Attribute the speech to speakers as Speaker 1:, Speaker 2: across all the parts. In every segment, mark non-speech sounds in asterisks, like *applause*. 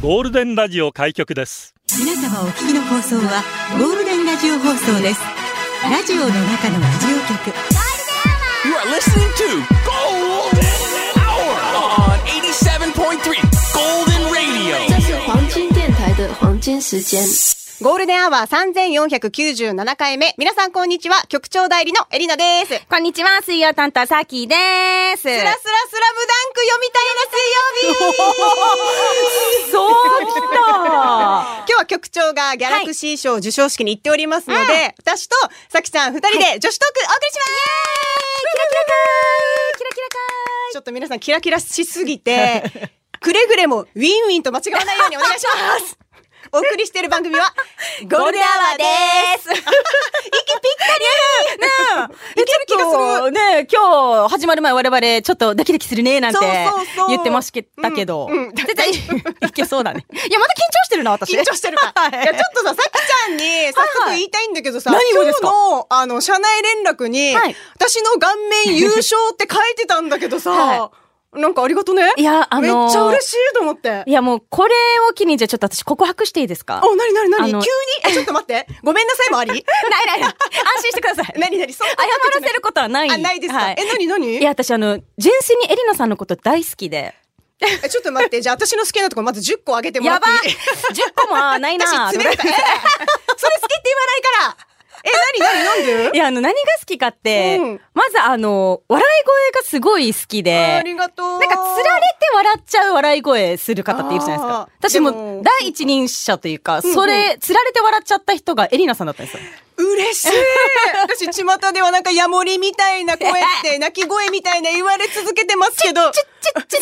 Speaker 1: ゴールデンラジオ開局です
Speaker 2: 皆様お聞きの放送はゴールデンラジオ放送ですラジオの中のラジオ局
Speaker 3: You are listening to Golden Hour on 87.3 Golden Radio.
Speaker 4: 这是黄金电台的黄金时间。
Speaker 5: ゴールデンアワー3497回目。皆さんこんにちは。局長代理のエリナです。スラス
Speaker 6: こんにちは、水曜担当、さきです。
Speaker 5: ラスラムダンク読みたいな水曜日
Speaker 6: そうき
Speaker 5: *laughs* 今日は局長がギャラクシー賞授賞式に行っておりますので、私とさきちゃん二人で女子トークお送りします、ちょっと皆さんキラキラしすぎて、くれぐれもウィンウィンと間違わないようにお願いします。
Speaker 6: *laughs*
Speaker 5: お送りしている番組は、ゴ
Speaker 6: ゴールデンアワーです。 *laughs* 息ぴったりね
Speaker 5: *laughs*
Speaker 6: え、ちょっと、ね今日始まる前我々ちょっとドキドキするねなんて
Speaker 5: そうそうそう
Speaker 6: 言ってましたけど、
Speaker 5: うんうん
Speaker 6: 絶対 *laughs* いけそうだね。いや、また緊張してるな、私。
Speaker 5: 緊張してるか。 *laughs* いや、ちょっとさ、さきちゃんに早速言いたいんだけどさ、
Speaker 6: はいはい何を
Speaker 5: 今
Speaker 6: です
Speaker 5: 日
Speaker 6: か
Speaker 5: の、あの、社内連絡に、
Speaker 6: はい
Speaker 5: 私の顔面優勝って書いてたんだけどさ、
Speaker 6: は
Speaker 5: なんかありがとね。
Speaker 6: いや、あの
Speaker 5: めっちゃ嬉しいと思って
Speaker 6: い。や、もうこれを機にじゃあちょっと私告白していいですか
Speaker 5: あ、なになにな
Speaker 6: あ
Speaker 5: に急
Speaker 6: の
Speaker 5: にえちょっと待
Speaker 6: *laughs*
Speaker 5: って。ごめんなさいもあり
Speaker 6: ないないない。安心してください。
Speaker 5: なになにそんな
Speaker 6: 謝らせることはない。
Speaker 5: あ、ないですか、
Speaker 6: はい
Speaker 5: え、なになに
Speaker 6: いや、私あの、純粋にエリナさんのこと大好きで。
Speaker 5: えちょっと待って。じゃあ、私の好きなところまず10個あげてもらっていい *laughs*
Speaker 6: !10 個もあないな
Speaker 5: 私、 *laughs* 詰める
Speaker 6: *laughs*
Speaker 5: から。えそれ好きって言わないから。え、なになになんで
Speaker 6: いや、あの、何が好きかって、
Speaker 5: うん
Speaker 6: まずあの、笑い声がすごい好き
Speaker 5: あ
Speaker 6: で
Speaker 5: あ、りがとう。
Speaker 6: なんか、つられて笑っちゃう笑い声する方っているじゃないです
Speaker 5: あ
Speaker 6: か。
Speaker 5: ー
Speaker 6: 私
Speaker 5: でも
Speaker 6: も、第一人者というか、
Speaker 5: ん
Speaker 6: それ、つられて笑っちゃった人がエリナさんだったんですよ。
Speaker 5: 嬉しい私、巷ではなんかヤモリみたいな声
Speaker 6: *laughs*
Speaker 5: って、泣き声みたいな言われ続けてますけど、
Speaker 6: ちっ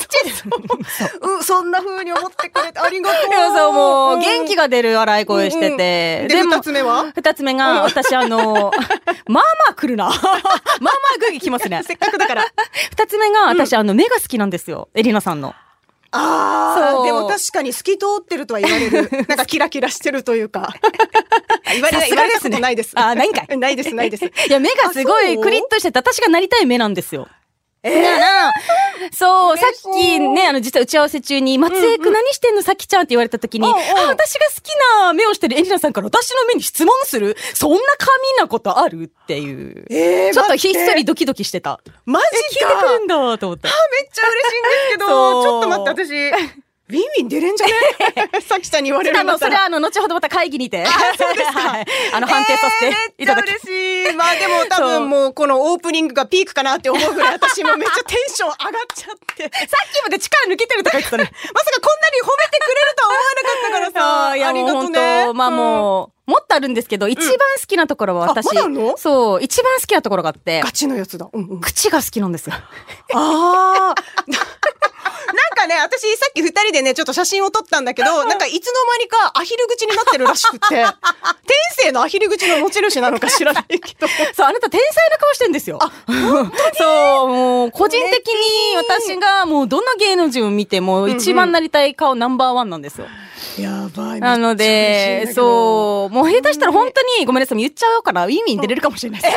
Speaker 6: ちゃいです。
Speaker 5: う *laughs* そんな風に思ってくれてありがとう。
Speaker 6: そう、もう、元気が出る笑い声して
Speaker 5: うんう
Speaker 6: て
Speaker 5: ん。で
Speaker 6: も
Speaker 5: 二つ目は
Speaker 6: 二つ目が、私あ
Speaker 5: *laughs*
Speaker 6: の、まあまあ来るな。まあまあグー来ますね。
Speaker 5: せっかくだから。
Speaker 6: 二つ目が、私あの、目が好きなんですよ。エリナさんの。
Speaker 5: あ
Speaker 6: そ
Speaker 5: あ、
Speaker 6: う
Speaker 5: でも確かに透き通ってるとは言われ
Speaker 6: *laughs*
Speaker 5: る。なんかキラキラしてるというか。言われない、
Speaker 6: さす
Speaker 5: 言わ
Speaker 6: が
Speaker 5: れ
Speaker 6: で
Speaker 5: た
Speaker 6: す
Speaker 5: こ
Speaker 6: ね
Speaker 5: とないです。
Speaker 6: あないんか
Speaker 5: *laughs*
Speaker 6: い
Speaker 5: ないです、ないです。
Speaker 6: *laughs* いや、目がすご
Speaker 5: あ
Speaker 6: い
Speaker 5: そう
Speaker 6: クリッとしてて、私がなりたい目なんですよ。ええそう、さっきね、あの、実は打ち合わせ中に、松江くん何してんの、さきちゃんって言われた時に、
Speaker 5: うん
Speaker 6: あ
Speaker 5: うん
Speaker 6: 私が好きな目をしてるエリナさんから私の目に質問するそんな神なことあるっていう。
Speaker 5: えー
Speaker 6: ちょっ
Speaker 5: 待っ
Speaker 6: と
Speaker 5: て
Speaker 6: ひっそりドキドキしてた。
Speaker 5: マジ
Speaker 6: 聞いて
Speaker 5: か
Speaker 6: くるんだと
Speaker 5: *laughs*
Speaker 6: 思って。
Speaker 5: めっちゃ嬉しいんですけど、
Speaker 6: そう
Speaker 5: ちょっと待って、私、 *laughs* ウィンウィン出れんじゃね *laughs* さきちゃんに言われる
Speaker 6: あ
Speaker 5: んだっ
Speaker 6: の、
Speaker 5: た
Speaker 6: それ
Speaker 5: ら。
Speaker 6: はあの、後ほどまた会議にて。
Speaker 5: そうですか
Speaker 6: *laughs* はいあの、判定させていただき
Speaker 5: えーめっちゃ嬉しい。まあでも多分もうこのオープニングがピークかなって思うぐらい私もめっちゃテンション上がっちゃって。
Speaker 6: さっきまで力抜けてるとか言って *laughs* たね。
Speaker 5: まさかこんなに褒めてくれるとは思わなかったからさ。
Speaker 6: *laughs* いや、
Speaker 5: あり
Speaker 6: も
Speaker 5: が
Speaker 6: う
Speaker 5: とう
Speaker 6: 本
Speaker 5: ね。
Speaker 6: 当、まあもう、もっとあるんですけど、一番好きなところは私
Speaker 5: あまだあるの、
Speaker 6: そう、一番好きなところがあって
Speaker 5: うん。、ガチのやつだ。うんうん。
Speaker 6: 口が好きなん *laughs* ですよ。
Speaker 5: ああ。なんかね、私さっき二人でね、ちょっと写真を撮ったんだけど、なんかいつの間にかアヒル口になってるらしくて、天性のアヒル口の持ち主なのか知らないけど。
Speaker 6: そう、あなた天才な顔してんですよ。 *laughs* そう、もう、個人的に私がもうどんな芸能人を見ても一番なりたい顔ナンバーワンなんですよ。
Speaker 5: *laughs* やばい。
Speaker 6: なので、そう、もう下手したら本当に、ごめんなさい、言っちゃおうから、ウィンウィン出れるかもしれないです。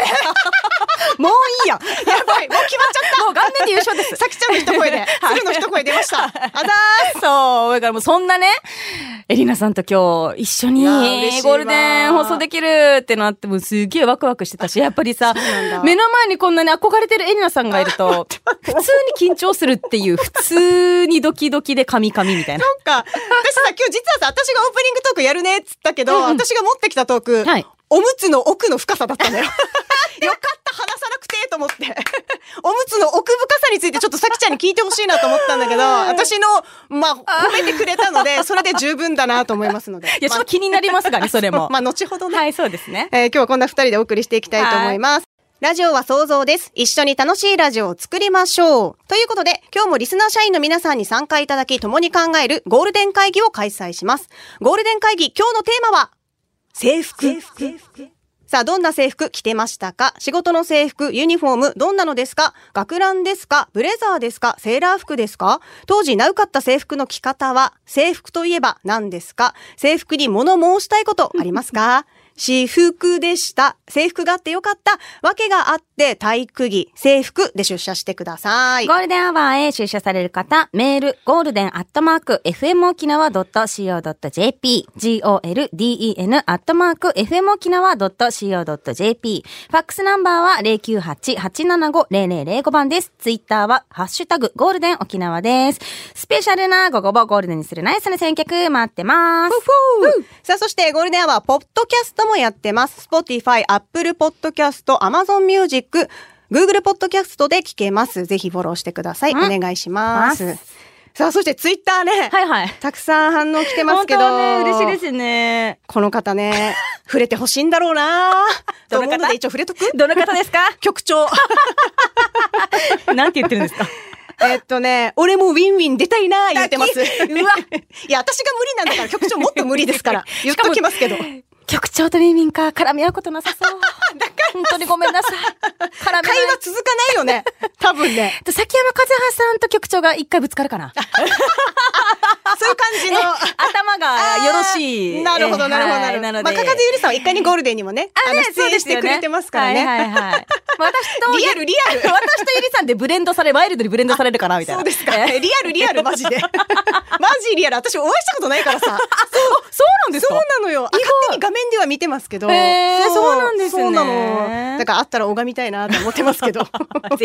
Speaker 5: *laughs*
Speaker 6: *laughs* もういいや。
Speaker 5: う。やばい。もう決まっちゃった。
Speaker 6: もう顔面で優勝です。
Speaker 5: さきちゃんの一 *laughs* 声で、鶴の一声出ました。あざー
Speaker 6: そう、だからもうそんなね、エリナさんと今日一緒に
Speaker 5: いやー嬉しいわ
Speaker 6: ゴールデン放送できるってなって、もうすげえワクワクしてたし、やっぱりさ
Speaker 5: なんだ、
Speaker 6: 目の前にこんなに憧れてるエリナさんがいる
Speaker 5: *laughs*
Speaker 6: と、普通に緊張するっていう、普通にドキドキでカミカミ
Speaker 5: *laughs*
Speaker 6: みたいな。
Speaker 5: なんか、私さ、今日実はさ、私がオープニングトークやるねっつったけど、私が持ってきたトーク、
Speaker 6: はい
Speaker 5: おむつの奥の深さだったんだよ。よか *laughs* った、話さなくてと思って。おむつの奥深さについてちょっとさきちゃんに聞いてほしいなと思ったんだ
Speaker 6: *laughs*
Speaker 5: けど、私の、まあ、褒めてくれたので、それで十分だなと思いますので。
Speaker 6: いや、ちょっと気になりますがね、それ
Speaker 5: まあ、
Speaker 6: も
Speaker 5: ま。あ、後ほどね。
Speaker 6: はい、そうですね。
Speaker 5: えー今日はこんな二人でお送りしていきたいと思います。ラジオは想像です。一緒に楽しいラジオを作りましょう。ということで、今日もリスナー社員の皆さんに参加いただき、共に考えるゴールデン会議を開催します。ゴールデン会議、今日のテーマは、制服。さあ、どんな制服着てましたか仕事の制服、ユニフォーム、どんなのですか学ランですかブレザーですかセーラー服ですか当時、なうかった制服の着 *laughs* 方は、制服といえば何ですか制服に物申したいことありますか私服でした。制服があってよかった。わけがあって体育着、制服で出社してください。
Speaker 7: ゴールデンアワーへ出社される方、メール、ゴールデンアットマーク、fmokinawa.co.jp、golden アットマーク、fmokinawa.co.jp、ファックスナンバーは098-875-0005番です。ツイッターは、ハッシュタグ、ゴールデン沖縄です。スペシャルな午後をゴールデンにするナイスな選曲、待ってます。
Speaker 5: さあ、そしてゴールデンアワー、ポッドキャストもやってます。Spotify、Apple Podcast、Amazon Music、Google Podcast で聞けます。ぜひフォローしてください。お
Speaker 7: うん
Speaker 5: 願いします。
Speaker 7: ます
Speaker 5: さあ、そしてツイッターね、
Speaker 6: はいはい。
Speaker 5: たくさん反応来てますけど、
Speaker 6: 本当ね、嬉しいですね。
Speaker 5: この方ね、触れてほしいんだろう *laughs* なと思うので一応触れとく
Speaker 6: どの方ですか
Speaker 5: 局長。
Speaker 6: *laughs* なんて言ってるんですか
Speaker 5: えっとね、俺もウィンウィン出たいな言ってます。うわ。いや、私が無理なんだから、局長もっと無理です *laughs* から。言っときますけど。会
Speaker 6: 局長とミミンか絡み合うことなさ
Speaker 5: *laughs*
Speaker 6: そう。本当にごめんなさい。絡めない
Speaker 5: 話続かないよ *laughs* ね。多分ね。
Speaker 6: と崎山和葉さんと局長が一回ぶつかるかな。
Speaker 5: そういう感じの。
Speaker 6: 頭がよろしい。
Speaker 5: なるほ
Speaker 6: え
Speaker 5: ど、
Speaker 6: ー
Speaker 5: なるほど、
Speaker 6: は
Speaker 5: ないるほ
Speaker 6: な
Speaker 5: ど。
Speaker 6: の
Speaker 5: まあ、
Speaker 6: で
Speaker 5: かかずゆりさんは一回にゴールデンにもね、あの、出演してくれてますから
Speaker 6: そうですよはい
Speaker 5: ね。
Speaker 6: はいはい。私と、
Speaker 5: リアル、リアル。
Speaker 6: 私とゆりさんでブレンドされ、ワイルドにブレンドされるかなみたいな。
Speaker 5: そうですか。
Speaker 6: えー
Speaker 5: リアル、リアル、マジ *laughs* で。マジリアル。私お会いしたことない *laughs* からさ。
Speaker 6: そうなんです
Speaker 5: そ
Speaker 6: か
Speaker 5: うなのよ。あ勝手に画面では見てますけど。
Speaker 6: へーそうなんですね。
Speaker 5: そうなの。だからあったら拝みたいなと思ってますけ *laughs* ど
Speaker 6: ぜ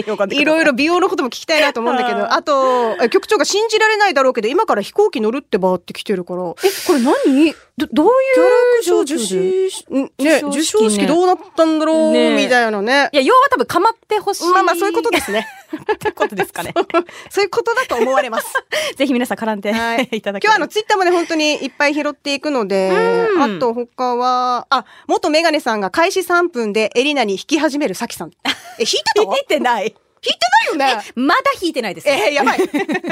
Speaker 6: ひ拝んでください
Speaker 5: いろいろ美容のことも聞きたいなと思うんだけど、 *laughs* あと、え局長が信じられないだろうけど、今から飛行機乗るってばって来てるから。え、
Speaker 6: これ何ど、どういう
Speaker 5: ギャラクショ受
Speaker 6: 状況で
Speaker 5: 賞し、んね、
Speaker 6: 授賞式ね
Speaker 5: 授賞式どうなったんだろう、
Speaker 6: ね
Speaker 5: みたいなね
Speaker 6: い。や、要は多分構ってほしい。
Speaker 5: まあまあ、そういうことですね。
Speaker 6: *laughs* ってことですかね。
Speaker 5: そういうことだと思われます。
Speaker 6: *laughs* ぜひ皆さん絡んで、
Speaker 5: はい
Speaker 6: *laughs* いただ
Speaker 5: 今
Speaker 6: け
Speaker 5: 日
Speaker 6: れ
Speaker 5: はあ
Speaker 6: ば
Speaker 5: のツイッターもね本当にいっぱい拾っていくので、
Speaker 6: うん
Speaker 5: あと他はあ元メガネさんが開始3分でエリナに弾き始めるサ
Speaker 6: *laughs*
Speaker 5: キさん。え弾いてた？弾い
Speaker 6: 見てない。
Speaker 5: てないよね。
Speaker 6: まだ弾いてないです。
Speaker 5: えー、やばい。
Speaker 6: *laughs*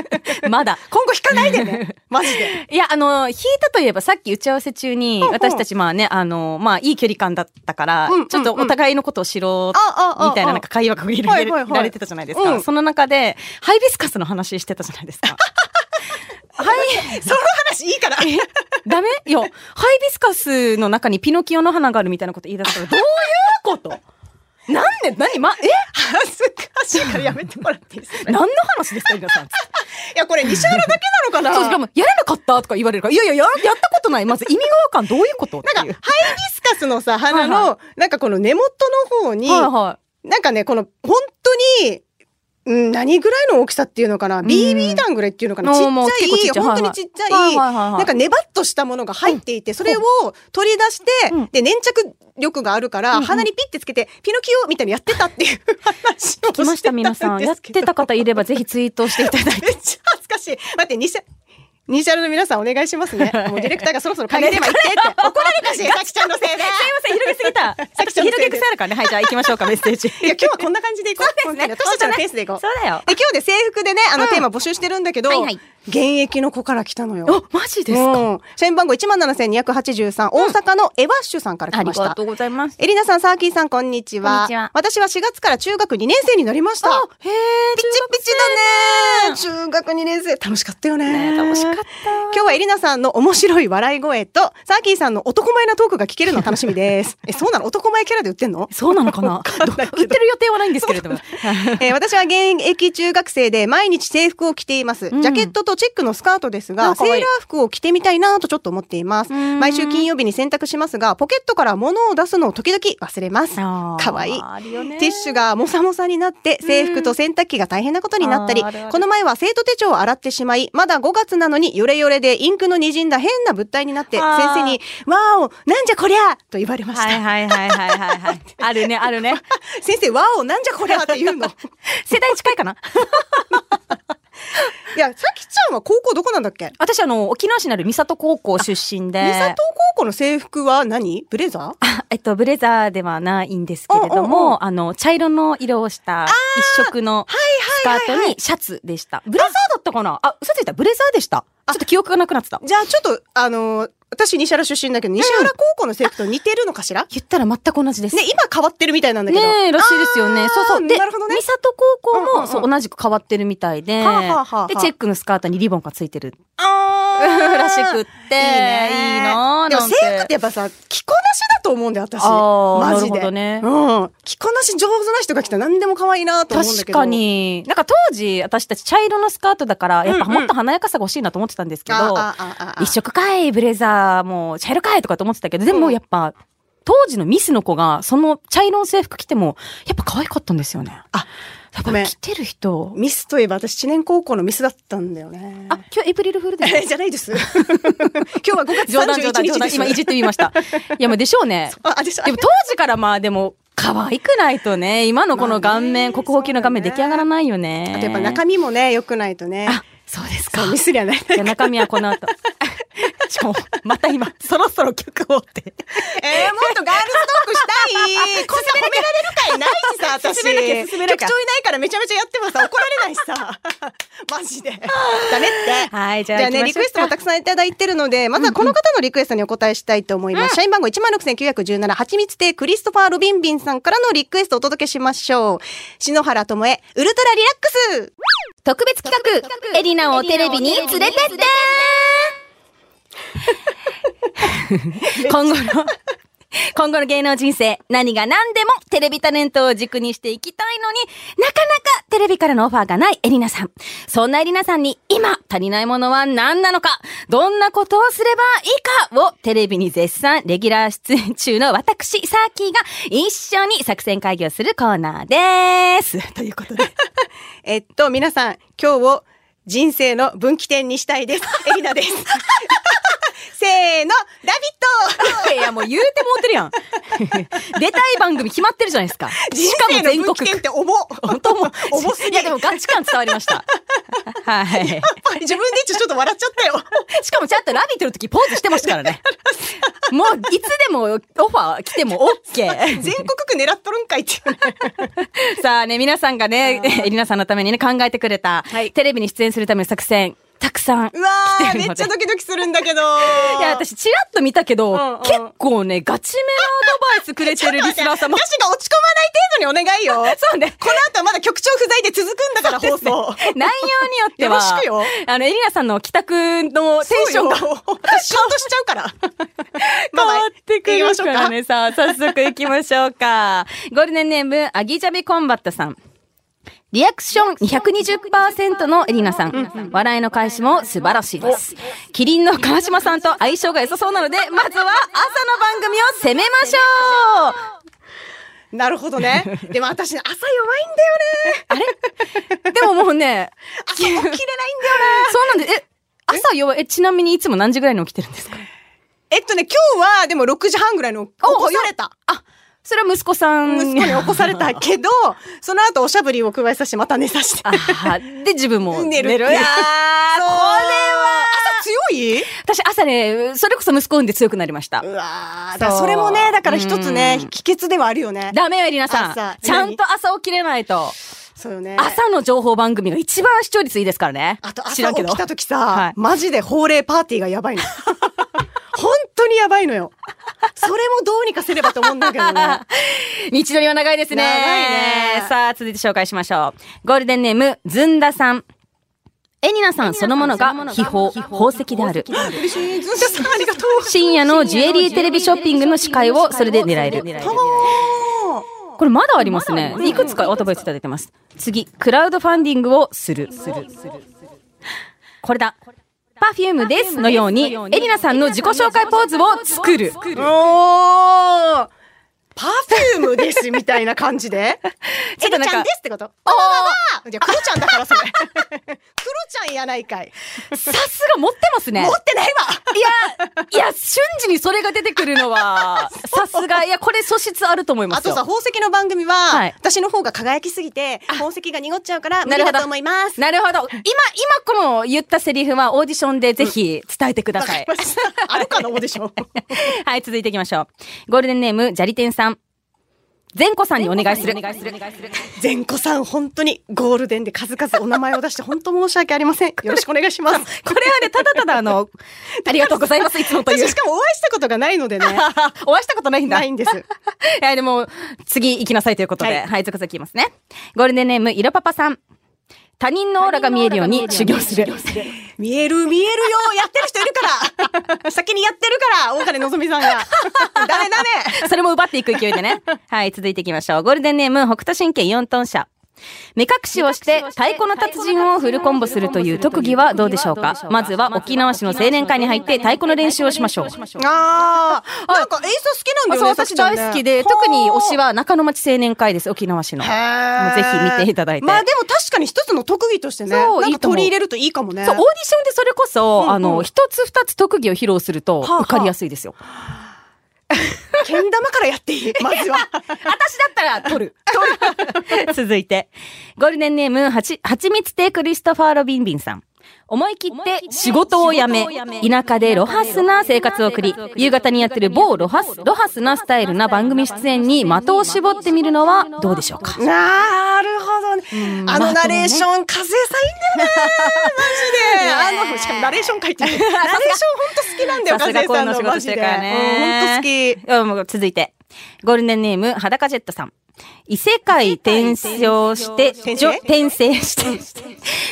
Speaker 6: まだ。
Speaker 5: 今後弾かないで
Speaker 6: *laughs*
Speaker 5: ね。マジで。
Speaker 6: いや、あの、弾いたといえば、さっき打ち合わせ中に
Speaker 5: ほう、ほう
Speaker 6: 私たち、まあね、あの、まあ、いい距離感だったから
Speaker 5: うんうんうん、
Speaker 6: ちょっとお互いのことを知ろ
Speaker 5: ああ
Speaker 6: う、
Speaker 5: あ
Speaker 6: みたいな、
Speaker 5: あ
Speaker 6: なんか会話が繰り
Speaker 5: はいはい
Speaker 6: 広
Speaker 5: は
Speaker 6: げ
Speaker 5: い
Speaker 6: られてたじゃないですか。
Speaker 5: うん
Speaker 6: その中で、ハイビスカスの話してたじゃないで
Speaker 5: *laughs*
Speaker 6: すか。はい、
Speaker 5: その話いいから。
Speaker 6: ダメいや、ハイビスカスの中にピノキオの花があるみたいなこと言い出したら、どういうことなんで、何、ま、
Speaker 5: 恥ずかしいからやめてもらっていいですか。
Speaker 6: え何の話ですか、皆さん。
Speaker 5: いやこれ西原だけなのかな。
Speaker 6: そう、しかも、やれなかったとか言われるから、いやいや、ややったことない。まず意味がわかん、どういうことって
Speaker 5: なん
Speaker 6: い
Speaker 5: か
Speaker 6: う。
Speaker 5: ハイビスカスのさ花の、
Speaker 6: はい
Speaker 5: なんかこの根元の方に、
Speaker 6: はいはい。
Speaker 5: なんかねこの本当に。うん、何ぐらいの大きさっていうのかな、BB 弾ぐらいっていうのかなちっちゃ
Speaker 6: もう結構ちっ
Speaker 5: い
Speaker 6: ちゃい
Speaker 5: 本当にちっちゃい、
Speaker 6: はいはいはいはい
Speaker 5: なんかネバッとしたものが入っていて、それを取り出して、
Speaker 6: うん
Speaker 5: で粘着力があるから、鼻にピッてつけてピノキオみたいなのやってたっていう話を
Speaker 6: 来ました皆さんやってた方いれ
Speaker 5: ば
Speaker 6: ばぜひツイートしていただいて
Speaker 5: めっちゃ恥ずかしい待ってニシャニシャルの皆さんお願いし
Speaker 6: *laughs*
Speaker 5: ますね。もうディレクターがそろそろ帰れば行ってって *laughs* 怒られるかし、さきちゃんのせい
Speaker 6: *laughs*
Speaker 5: で。
Speaker 6: すいません広げすぎた
Speaker 5: さきちゃんの
Speaker 6: 広
Speaker 5: せいで
Speaker 6: げ癖あるからねはいじゃあ行きましょうかメッセージ
Speaker 5: いや今日はこんな感じでいこう。
Speaker 6: そうですね
Speaker 5: 本当に私たちのペースでいこう。
Speaker 6: そうだよ
Speaker 5: で今日で制服でねあのテーマ募集してるんだけど、
Speaker 7: はいはい
Speaker 5: 現役の子から来たのよ。
Speaker 6: おマジですか、
Speaker 5: うん社員番号一万七千二百八十三大阪のエバッシュさんから来ました。
Speaker 6: うございます
Speaker 5: エリナさん、サーキーさん、こんにちは。
Speaker 7: こんにちは
Speaker 5: 私は4月から中学2年生になりました。
Speaker 6: あへえ
Speaker 5: ピチピチだね。中学2年生。楽しかったよね。
Speaker 6: 楽しかった
Speaker 5: 今日はエリナさんの面白い笑い声と、サーキーさんの男前なトークが聞けるの楽しみ
Speaker 6: *laughs*
Speaker 5: です。え、そうなの男前キャラで売ってんの
Speaker 6: そうなのかな売ってる予定はないんですけれど *laughs* も
Speaker 5: えー私は現役中学生で毎日制服を着ています。ジ
Speaker 6: ん
Speaker 5: ャケットとチェックのスカートです
Speaker 6: あ
Speaker 5: が、
Speaker 6: か
Speaker 5: セ
Speaker 6: わいい
Speaker 5: ーラー服を着てみたいなとちょっと思っています。
Speaker 6: ん
Speaker 5: 毎週金曜日に洗濯しますが、ポケットから物を出すのを時々忘れます。
Speaker 6: あー
Speaker 5: かわいい
Speaker 6: あるよね。
Speaker 5: ティッシュがもさもさになって制服と洗濯機が大変なことになったり、
Speaker 6: あーあるある
Speaker 5: この前は生徒手帳を洗ってしまいまだ5月なのにヨレヨレでインクのにじんだ変な物体になって
Speaker 6: あー
Speaker 5: 先生に「わーおなんじゃこりゃ!」と言われました、
Speaker 6: はいはいはいはいはいはい *laughs* あるねあるね
Speaker 5: *laughs* 先生「わーおなんじゃこりゃ!」って言う
Speaker 6: *laughs*
Speaker 5: のい
Speaker 6: 世代近いかな
Speaker 5: やさきちゃんは高校どこなんだっけ
Speaker 6: 私あの沖縄市にある三里高校出身で
Speaker 5: 三里高校の制服は何ブレザー
Speaker 6: えっと、ブレザーではないんですけれども、
Speaker 5: おうおうおう
Speaker 6: あの、茶色の色をした一色のスカートにシャツでした。ブレザーだったかなあ、嘘ついた。ブレザーでした。ょっと記憶がなくなってた。
Speaker 5: じゃあちょっと、あのー私、西原出身だけど、西原高校の制服と似てるのかしら、
Speaker 6: 言ったら全く同じです。
Speaker 5: ね、今変わってるみたいなんだけど。
Speaker 6: ねえ、らしいですよね。そうそう。で、
Speaker 5: なるほど
Speaker 6: *laughs*
Speaker 5: ね
Speaker 6: 三里高校も、
Speaker 5: うんうんうん
Speaker 6: そう、同じく変わってるみたいで、
Speaker 5: はあはあはあはあ
Speaker 6: で、チェックのスカートにリボンがつい
Speaker 5: *laughs*
Speaker 6: てる。
Speaker 5: あー
Speaker 6: らしくって、いい
Speaker 5: ね
Speaker 6: なぁ、
Speaker 5: でも
Speaker 6: なん
Speaker 5: 制
Speaker 6: て。
Speaker 5: 服ってやっぱさ、着こなしだと思うんだよ、私。
Speaker 6: あー
Speaker 5: マジで。
Speaker 6: なるほどね
Speaker 5: うん。着こなし上手な人が着たら何でも可愛いなと思うんだ
Speaker 6: 確
Speaker 5: けど。
Speaker 6: か。に。なんか当時、私たち茶色のスカートだから、やっぱ
Speaker 5: うんうん
Speaker 6: もっと華やかさが欲しいなと思ってたんですけど、
Speaker 5: あああああ
Speaker 6: 一色かい、ブレザー、もう茶色かいとかと思ってたけど、でもやっぱ、当時のミスの子が、その茶色の制服着ても、やっぱ可愛かったんですよね。
Speaker 5: あ、
Speaker 6: やっ
Speaker 5: ご
Speaker 6: ぱ
Speaker 5: めん
Speaker 6: 着てる人。
Speaker 5: ミスといえば私、知念高校のミスだったんだよね。
Speaker 6: あ、、今日エイプリルフールデー
Speaker 5: えじゃないです。
Speaker 6: *laughs*
Speaker 5: 今日は5月
Speaker 6: 冗談冗
Speaker 5: 31
Speaker 6: 談
Speaker 5: 日
Speaker 6: 冗
Speaker 5: で
Speaker 6: 談
Speaker 5: す。
Speaker 6: 今いじってみ
Speaker 5: *laughs*
Speaker 6: ました。いや、まあでしょうね。
Speaker 5: あ、あでしょ
Speaker 6: でも当時からまあでも、可愛くないとね、今のこの顔面、
Speaker 5: まあね
Speaker 6: 国宝級の顔面出来上がらないよね。
Speaker 5: あとやっぱ中身もね、良くないとね。
Speaker 6: あ、そうですか
Speaker 5: そう、。ミスりゃない。
Speaker 6: じゃあ中身はこの
Speaker 5: *laughs*
Speaker 6: 後。しかも、また今、そろそろ曲をって。
Speaker 5: えー、もっとガールズトークしたいこんな褒められる会ないしさ、私。
Speaker 6: 進めなきゃ進めなきゃ
Speaker 5: 局長いないからめちゃめちゃやってもさ、怒られないしさ。 *laughs* マジで。ダメって。
Speaker 6: はい、じ
Speaker 5: じゃあね、リクエストもたくさんいただいてるので、まずはこの方のリクエストにお答えしたいと思います。社員番号16917、はちみつ亭クリストファー・ロビンビンさんからのリクエストをお届けしましょう。篠原智恵、ウルトラリラックス
Speaker 7: 特別企画、エリナをテレビに連れてって *laughs*
Speaker 6: 今後の、
Speaker 7: 今後の芸能人生、何が何でもテレビタレントを軸にしていきたいのに、なかなかテレビからのオファーがないエリナさん。そんなエリナさんに、今足りないものは何なのか、どんなことをすればいいかをテレビに絶賛レギュラー出演中の私、サーキーが一緒に作戦会議をするコーナーです。ということで。
Speaker 5: えっと、皆さん、今日を人生の分岐点にしたい
Speaker 6: *laughs*
Speaker 5: です。エリナです。 *laughs* せーの、ラビット
Speaker 6: いや、もう言うてもうてるやん。
Speaker 5: *laughs*
Speaker 6: 出たい番組決まってるじゃないですか。
Speaker 5: 人
Speaker 6: *laughs* しかも
Speaker 5: 生
Speaker 6: 全
Speaker 5: の分
Speaker 6: 国
Speaker 5: 岐点って重っ
Speaker 6: 本当もう
Speaker 5: 重すぎ
Speaker 6: *laughs* いやでもガチ感伝わりました。はい。
Speaker 5: 自分で言ってちょっと笑っちゃったよ。
Speaker 6: しかもちゃんと「ラビット!」の時ポーズしてましたからね。もういつでもオファー来ても OK。
Speaker 5: *laughs* 全国区狙っとるんかい
Speaker 6: *laughs*
Speaker 5: っていうね。
Speaker 6: さあね、皆さんがね、えりなさんのためにね、考えてくれた、
Speaker 5: はい
Speaker 6: テレビに出演するための作戦、たくさん。
Speaker 5: うわ
Speaker 6: 来
Speaker 5: ー、
Speaker 6: て
Speaker 5: め
Speaker 6: るの
Speaker 5: っち
Speaker 6: で
Speaker 5: ゃドキドキするんだけど。
Speaker 6: いや、私、ちらっと見たけど、
Speaker 5: んうん
Speaker 6: 結構ね、ガチめのアドバイスくれてるリスナー様。
Speaker 5: 私が落ち込まない程度にお願い
Speaker 6: *laughs*
Speaker 5: よ。
Speaker 6: そうね。
Speaker 5: この後まだ局長不在で続くんだから、放送。
Speaker 6: *laughs* 内容によっては、
Speaker 5: よろしくよ
Speaker 6: あの、エリナさんの帰宅のテンションが
Speaker 5: そうよ私シュンとしちゃうから。
Speaker 6: *laughs* 変わってく
Speaker 5: 行きま
Speaker 6: る
Speaker 5: しょ
Speaker 6: か
Speaker 5: う
Speaker 6: らね。さあ、早速行きましょうか。ゴールデンネーム、アギジャビコンバットさん。リアクション220%のエリナさん。笑いの返しも素晴らしいです。キリンの川島さんと相性が良さそうなので、まずは朝の番組を攻めましょう
Speaker 5: なるほど *laughs* ね。でも私ね、朝弱いんだよね。
Speaker 6: でももうね、
Speaker 5: 朝起きれないんだよね。
Speaker 6: そうなんです。え、朝弱い、え、ちなみにいつも何時ぐらいに起きてるんですか
Speaker 5: *laughs* えっとね、今日はでも6時半ぐらいの起こされた。
Speaker 6: あ、それは息子さん。
Speaker 5: 息子に起こされた *laughs* けど、その後おしゃぶりを加えさせてまた寝させて
Speaker 6: あ。ーで、自分
Speaker 5: *laughs*
Speaker 6: も
Speaker 5: 寝る
Speaker 6: いやー、これは。
Speaker 5: 朝強い
Speaker 6: 私朝ね、それこそ息子産んで強くなりました
Speaker 5: う。わーだ
Speaker 6: そう
Speaker 5: からそれもね、だから一つね、秘訣ではあるよね。
Speaker 6: ダメよ、エリナさ
Speaker 5: 朝
Speaker 6: ん。ちゃんと朝起きれないと。
Speaker 5: そうよね。
Speaker 6: 朝の情報番組が一番視聴率いいですからね。
Speaker 5: あと
Speaker 6: 知ら
Speaker 5: 朝
Speaker 6: んけ
Speaker 5: 起
Speaker 6: ど
Speaker 5: きた時さ、
Speaker 6: はい
Speaker 5: マジで法令パーティーがやば *laughs* いの。本当にやばいのよ。それもどうにかせればと思うんだけど *laughs* ね。
Speaker 6: 道のりは長いですね。
Speaker 5: 長いね
Speaker 6: さあ、続いて紹介しましょう。ゴールデンネーム、ずんださん。エニナさんそのものが秘宝、宝石である。
Speaker 5: 嬉しい。ずんださんありがと
Speaker 6: 深夜のジュエリーテレビショッピングの司会をそれで狙える。これまだありますね。いくつかアドバイスいただいてます。次、クラウドファンディングをする。これだ。パフュームですのように、エリナさんの自己紹介ポーズを作る。
Speaker 5: う。おーパフュームですみたいな感じ
Speaker 6: *laughs*
Speaker 5: で。
Speaker 6: ちょっとな
Speaker 5: エ
Speaker 6: んか
Speaker 5: リちゃんですってこと。こんばんはじゃあ、クロちゃんだからそれ。クロちゃんやないかい。
Speaker 6: さすが持ってますね
Speaker 5: 持。ってないわ
Speaker 6: いや、いや、瞬時にそれが出てくるのは、さすが。いや、これ素質あると思いま
Speaker 5: あ
Speaker 6: すよ。
Speaker 5: とさ、宝石の番組は、
Speaker 6: はい
Speaker 5: 私の方が輝きすぎて、宝石が濁っちゃうから、無
Speaker 6: *laughs* な
Speaker 5: 理
Speaker 6: るほ
Speaker 5: だ
Speaker 6: ど
Speaker 5: と思います。
Speaker 6: なるほど。今、今この言ったセリフはオーディションでぜひ伝えてください。
Speaker 5: あるかな、オーディション。
Speaker 6: *laughs* はい、続いていきましょう。ゴールデンネーム、ジャリテンさん。善子さんにお願いする。
Speaker 5: 善子さん、本当にゴールデンで数々お名前を出して、本当申し訳ありません。よろしくお願いします。
Speaker 6: *laughs* *laughs* これはね、ただただあの、ありがとうございます、いつもと *laughs* いう
Speaker 5: 私、し。かもお会いしたことがないのでね。
Speaker 6: お会いしたこと *laughs* ないんだ。
Speaker 5: ないんです。
Speaker 6: いや、でも、次行きなさいということで、
Speaker 5: は
Speaker 6: はい、続々行きますね。ゴールデンネーム、いろパパさん。他人のオーラが見えるように修行する。
Speaker 5: 見える見えるよやってる人いるから
Speaker 6: *laughs*
Speaker 5: 先にやってるから大金のぞみさんがダメダメ
Speaker 6: *laughs* それも奪っていく勢いでね。はい、続いていきましょう。ゴールデンネーム、北斗神拳4トン車。目隠しをして太鼓の達人をフルコンボするという特技はどうでしょうかまずは沖縄市の青年会に入って太鼓の練習をしましょう。
Speaker 5: ああなんか演奏好きなんだ
Speaker 6: そう、
Speaker 5: よね
Speaker 6: 私大好きで、特に推しは中野町青年会です、沖縄市の。
Speaker 5: へー
Speaker 6: もうぜひ見ていただいて。
Speaker 5: まあでも確かに一つの特技としてね
Speaker 6: そう
Speaker 5: なん
Speaker 6: いい
Speaker 5: か
Speaker 6: と思う
Speaker 5: 取り入れるといいかもね
Speaker 6: そう、オーディションでそれこそ、
Speaker 5: うんうん
Speaker 6: あの、一つ二つ特技を披露すると、
Speaker 5: あはあ
Speaker 6: 受かりやすいですよ。
Speaker 5: けん玉からやって
Speaker 6: *laughs*
Speaker 5: いいまずは
Speaker 6: 私だったら、取る。取る。 *laughs* 続いて。ゴールデンネーム、はち、はちみつ亭クリストファー・ロビンビンさん。思い切って仕事を辞め、田舎でロハスな生活を送り、夕方にやってる某ロハス、ロハスなスタイルな番組出演に的を絞ってみるのはどうでしょうか
Speaker 5: なるほどねあのナレーション和江さんいいんだよね
Speaker 6: *laughs*
Speaker 5: マジであのしかもナレーション書いてるナレーション本当好きなんだよ
Speaker 6: さ
Speaker 5: 和
Speaker 6: すが
Speaker 5: 江
Speaker 6: 声
Speaker 5: さん
Speaker 6: の
Speaker 5: の
Speaker 6: 仕
Speaker 5: マ
Speaker 6: 事し
Speaker 5: ジ
Speaker 6: て
Speaker 5: で
Speaker 6: るからね。
Speaker 5: うん本当好き
Speaker 6: 当好き。もう続いて。ゴールデンネーム、裸ジェットさん。異世界転生して、
Speaker 5: 転生
Speaker 6: ジョ転生して、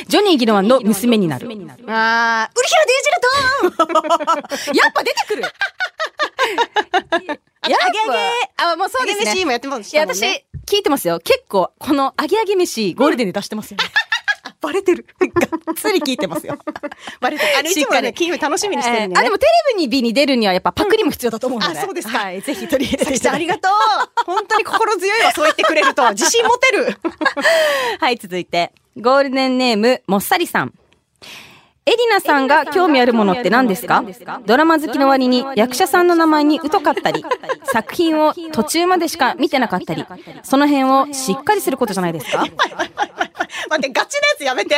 Speaker 6: ジョニー・ギロワンの娘になる。や
Speaker 5: ああ、ウリヒラデージルトーン
Speaker 6: っぱ出てくるやっぱ
Speaker 5: *laughs* あげあ
Speaker 6: あ、もうそう
Speaker 5: ゲ
Speaker 6: で
Speaker 5: メ
Speaker 6: す
Speaker 5: シ
Speaker 6: ね。
Speaker 5: もやってます
Speaker 6: いや、私、聞いてますよ。結構、この、アゲアゲ飯、ゴールデンで出してますよね。
Speaker 5: バレてる。 *laughs*
Speaker 6: がっつり聞いてますよ。
Speaker 5: バレてる。あれ、い
Speaker 6: しっ
Speaker 5: つも
Speaker 6: か
Speaker 5: は
Speaker 6: り
Speaker 5: ね、金曜日楽しみにしてるんで、ね
Speaker 6: *laughs* えーあ、でもテレビにビに出るにはやっぱパクリも必要だと思うので。
Speaker 5: うんあそうですか
Speaker 6: はい、ぜひ取り入れ
Speaker 5: さき
Speaker 6: ていた
Speaker 5: ちゃん
Speaker 6: だ
Speaker 5: あ
Speaker 6: い
Speaker 5: り
Speaker 6: て
Speaker 5: がとう。本当に心強いわ、そう言ってくれると。自信持てる。 *laughs*
Speaker 6: *laughs* はい、続いて。ゴールデンネーム、もっさりさん。エリナさんが興味あるものって何ですかドラマ好きの割に役者さんの名前に疎かったり、作品を途中までしか見てなかったり、その辺をしっかりすることじゃないですか
Speaker 5: 待って、ガチなやつやめて。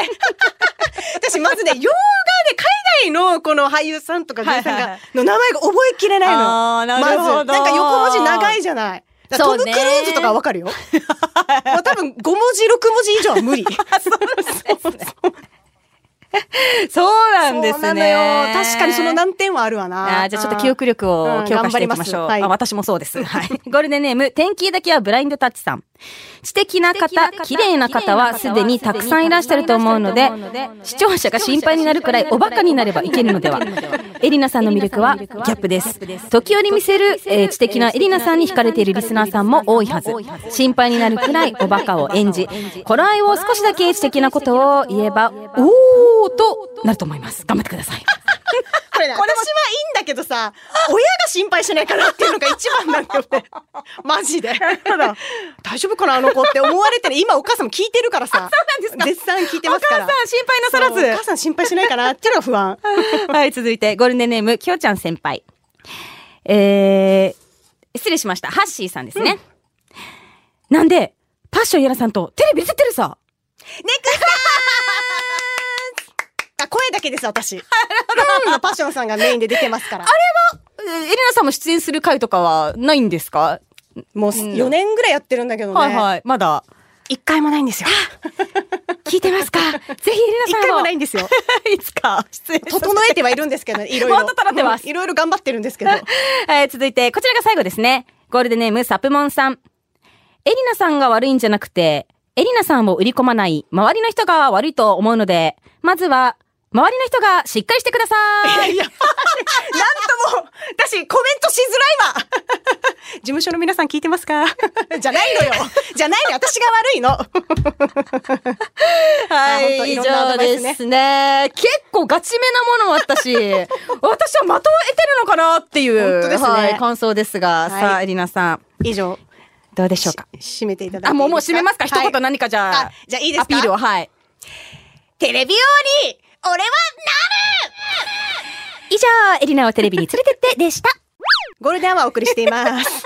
Speaker 5: 私、まずね、洋画で海外のこの俳優さんとか女優さん
Speaker 6: はいはいは
Speaker 5: が、の名前が覚えきれないの。
Speaker 6: あーなるほ
Speaker 5: ま
Speaker 6: ど
Speaker 5: ず、なんか横文字長いじゃない。だから
Speaker 6: そう
Speaker 5: ト
Speaker 6: ね
Speaker 5: ム・クルーズとかはわ
Speaker 6: *laughs*
Speaker 5: かるよ。もう多分5文字、6文字以上は無理。
Speaker 6: *laughs* そうな
Speaker 5: そうなのよ確かにその難点はあるわな。
Speaker 6: あーじゃあちょっと記憶力を強化していきましょう。
Speaker 5: うん頑張りますはい
Speaker 6: あ私もそうです。 *laughs* はい。ゴールデンネーム、天気だけはブラインドタッチさん。知的な方、綺麗な方はすでにたくさんいらっしゃると思うので、視聴者が心配になるくらいおバカになればいけるのでは。エリナさんの魅力はギャップです。時折見せる、えー知的なエリナさんに惹かれているリスナーさんも多いはず。心配になるくらいおバカを演じ、頃合いを少しだけ知的なことを言えば、おーとなると思います。頑張ってください。
Speaker 5: これね、私はいいんだけどさ、親が心配しないかなっていうのが一番なんだよね。マジで。大丈夫かなあの子って思われてね、今お母さんも聞いてるからさ。絶賛聞いてますから。
Speaker 6: 心配
Speaker 5: そうお母さん心配しないかなっていうのが不
Speaker 6: *laughs*
Speaker 5: 安。
Speaker 6: はい、続いて、ゴールデンネーム、きょうちゃん先輩。えー、失礼しました。ハッシーさんですね。なんで、パッションやらさんとテレビ出てるさ。
Speaker 5: あ声だけです、
Speaker 6: *laughs*
Speaker 5: 私。うんパッションさんがメインで出てますから。
Speaker 6: えーエリナさんも出演する回とかはないんですか、
Speaker 5: もう4年ぐらいやってるんだけどね。
Speaker 6: はいはい。まだ。
Speaker 5: 一回もないんですよ。
Speaker 6: 聞いてますかぜひエリ
Speaker 5: 一
Speaker 6: ナさん
Speaker 5: 回
Speaker 6: も
Speaker 5: もないんですよ。
Speaker 6: いつか
Speaker 5: *laughs*
Speaker 6: 出演させて
Speaker 5: 整えてはいるんですけど *laughs* ね、いろいろ。
Speaker 6: もっと整ってます
Speaker 5: いろいろ頑張ってるんです *laughs* けど。
Speaker 6: はい、続いて、こちらが最後ですね。ゴールデンネーム、サプモンさん。エリナさんが悪いんじゃなくて、エリナさんを売り込まない、周りの人が悪いと思うので、まずは、周りの人がしっかりしてください。 *laughs*
Speaker 5: いや、なんとも、私、コメントしづらいわ *laughs* 事務所の皆さん聞いてますか *laughs* じゃないのよ *laughs* じゃないのよ私が悪いの
Speaker 6: は
Speaker 5: あ本当
Speaker 6: い、
Speaker 5: い
Speaker 6: 以
Speaker 5: ろんなア
Speaker 6: 上
Speaker 5: ドバイ
Speaker 6: で
Speaker 5: スね
Speaker 6: すね。結構ガチめなものもあった *laughs* し、私は的を得てるのかなっていう、
Speaker 5: 本当ですね
Speaker 6: はい、感想ですが、さあ、エリナさん、
Speaker 5: 以上、
Speaker 6: どうでしょうか
Speaker 5: 締めていただいていいですか
Speaker 6: あ、もうもう締めますか、
Speaker 5: はい
Speaker 6: 一言何かじゃあ
Speaker 5: あ、じゃあいいですか
Speaker 6: アピールを、はい。
Speaker 5: テレビ王に、俺はなる
Speaker 6: 以上、エリナをテレビに連れてってでした。
Speaker 5: ゴールデンアワーをお送りしてい *laughs* ます。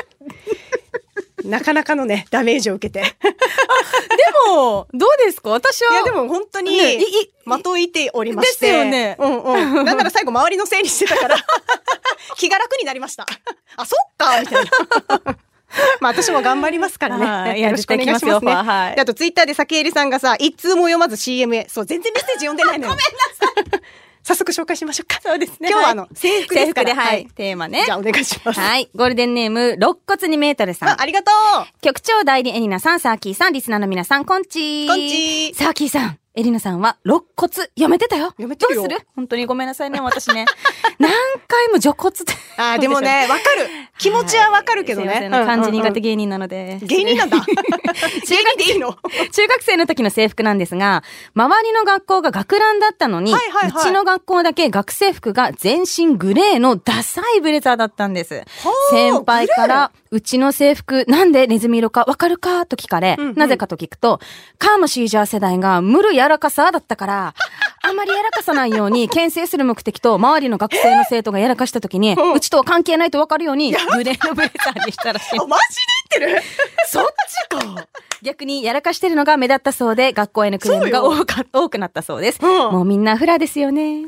Speaker 5: なかなかのね、ダメージを受けて。
Speaker 6: *laughs* でも、どうですか私は。
Speaker 5: いや、でも本当に、
Speaker 6: ねいい
Speaker 5: 的をいておりまして。
Speaker 6: ですよね
Speaker 5: うんうん。なんなら最後、周りのせい *laughs* にしてたから、気が楽になりました。あ、そっかみたいな。 *laughs* まあ私も頑張りますから
Speaker 8: はい
Speaker 5: ね。
Speaker 8: いや
Speaker 5: よろしくお願いします
Speaker 8: 絶対来ます
Speaker 5: ね。
Speaker 8: よはい
Speaker 5: であとツイッターで先えりさんがさ、一通も読まず CM へ。そう、全然メッセージ読んでないのよ。ごめんなさい。早速紹介しましょうか。そうです今
Speaker 6: ね
Speaker 5: 日はあ
Speaker 6: は
Speaker 5: の
Speaker 6: い、
Speaker 5: 制服ですから。
Speaker 6: 制服ではいテーマね
Speaker 5: じゃあお願いします。
Speaker 6: はい。ゴールデンネーム、肋骨2メートルさん。
Speaker 5: まあ、ありがと
Speaker 6: 局長代理エリナさん、サーキーさん、リスナーの皆さん、こんちー。
Speaker 5: こんちー
Speaker 6: サーキーさん、エリナさんは肋骨読めてたよ。
Speaker 5: 読めてるよ
Speaker 6: どうする本当にごめんなさいね、私ね。 *laughs* 何回も除骨って。
Speaker 5: う。あー、でもね、わかる。気持ちはわかるけどね。
Speaker 6: すいませんあの漢字苦手
Speaker 5: うんうん
Speaker 6: 芸人なので。
Speaker 5: うん芸人
Speaker 6: *laughs*
Speaker 5: なんだ。芸人でいいの
Speaker 6: 中学生の時の制服なんですが、周りの学校が学ランだったのに、
Speaker 5: はいはいはいう
Speaker 6: ちの学校だけ学生服が全身グレーのダサいブレザーだったんです。先輩から、うちの制服なんでネズミ色かわかるかと聞かれ、
Speaker 5: んうん
Speaker 6: なぜかと聞くと、カームシージャー世代が無る柔らかさだったから、
Speaker 5: *laughs*
Speaker 6: あまりやらかさないように、牽制する目的と、周りの学生の生徒がやらかした時に、うちとは関係ないとわかるように、グレーのブレザーにしたらしい。
Speaker 5: あマジで言ってる
Speaker 6: そっちか。逆にやらかしてるのが目立ったそうで、学校へのクレームが多か多くなったそうです。
Speaker 5: ん
Speaker 6: もうみんなフラですよね。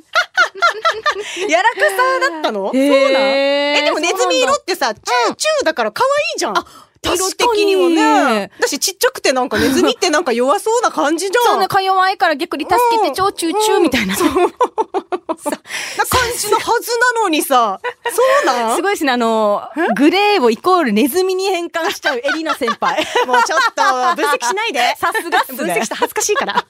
Speaker 5: やらかさだったの、そうなんえ、でもネズミ色ってさ、チューチューだから可愛いじゃん。色
Speaker 6: 確かに
Speaker 5: 的にもね。だしちっちゃくてなんかネズミってなんか弱そうな感じじゃ
Speaker 6: そ
Speaker 5: ん。
Speaker 6: ん
Speaker 5: な
Speaker 6: なか弱いから逆に助け
Speaker 5: うん
Speaker 6: て、超チューチューみたいな。す
Speaker 5: 感じのはずなのにさ。そうなん
Speaker 6: ごいですね、あの、グレーをイコールネズミに変換しちゃうエリナ先輩。
Speaker 5: *laughs* もうちょっと分析しないで。
Speaker 6: さすがっすね
Speaker 5: 分析したら恥ずかしい *laughs* から。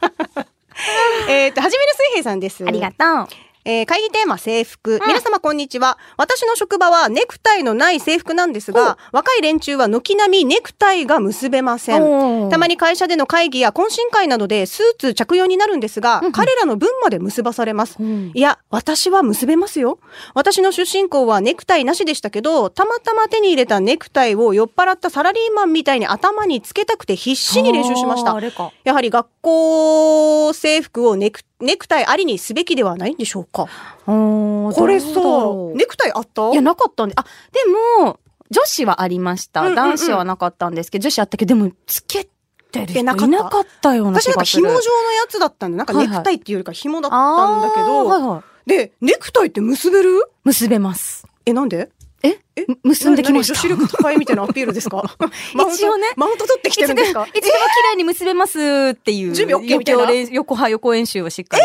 Speaker 5: えっと、はじめる水平さんです。
Speaker 6: ありがと
Speaker 5: えー会議テーマ制服、皆様こんにちは私の職場はネクタイのない制服なんですが若い連中は軒並みネクタイが結べませ
Speaker 6: お
Speaker 5: ん
Speaker 6: ー
Speaker 5: たまに会社での会議や懇親会などでスーツ着用になるんですが、彼らの分まで結ばされます、
Speaker 6: ん
Speaker 5: いや私は結べますよ私の出身校はネクタイなしでしたけどたまたま手に入れたネクタイを酔っ払ったサラリーマンみたいに頭につけたくて必死に練習しました
Speaker 6: あーあれか
Speaker 5: やはり学校制服をネクネクタイありにすべきではないんでしょうか
Speaker 6: う。おー
Speaker 5: これさ
Speaker 6: どうだろう
Speaker 5: ネクタイあった
Speaker 6: いや、なかったんで、あ、でも、女子はありました。
Speaker 5: うんうんうん
Speaker 6: 男子はなかったんですけど、女子あったけど、でも、つけてる
Speaker 5: え
Speaker 6: 人い
Speaker 5: な
Speaker 6: な
Speaker 5: か
Speaker 6: か
Speaker 5: った
Speaker 6: ったような
Speaker 5: 私
Speaker 6: 気
Speaker 5: なんか
Speaker 6: がする。
Speaker 5: 紐状のやつだったんでなんか
Speaker 6: はい
Speaker 5: ネ
Speaker 6: はい
Speaker 5: クタイっていうよりか紐だったんだけ
Speaker 6: あ
Speaker 5: ど、
Speaker 6: ーはいはい
Speaker 5: でネクタイって結べる
Speaker 6: 結べます。
Speaker 5: えなんで
Speaker 6: え
Speaker 5: え
Speaker 6: む結んできまし
Speaker 5: な
Speaker 6: た。
Speaker 5: 何女子力高いみたいなアピールです
Speaker 6: *laughs*
Speaker 5: かマウント
Speaker 6: 一応ね
Speaker 5: マウント取ってきてるんですか
Speaker 6: いつでもいつでも綺麗に結べますっていう。
Speaker 5: 準備 OK みたいな
Speaker 6: 余興練横派、横演習をしっかり。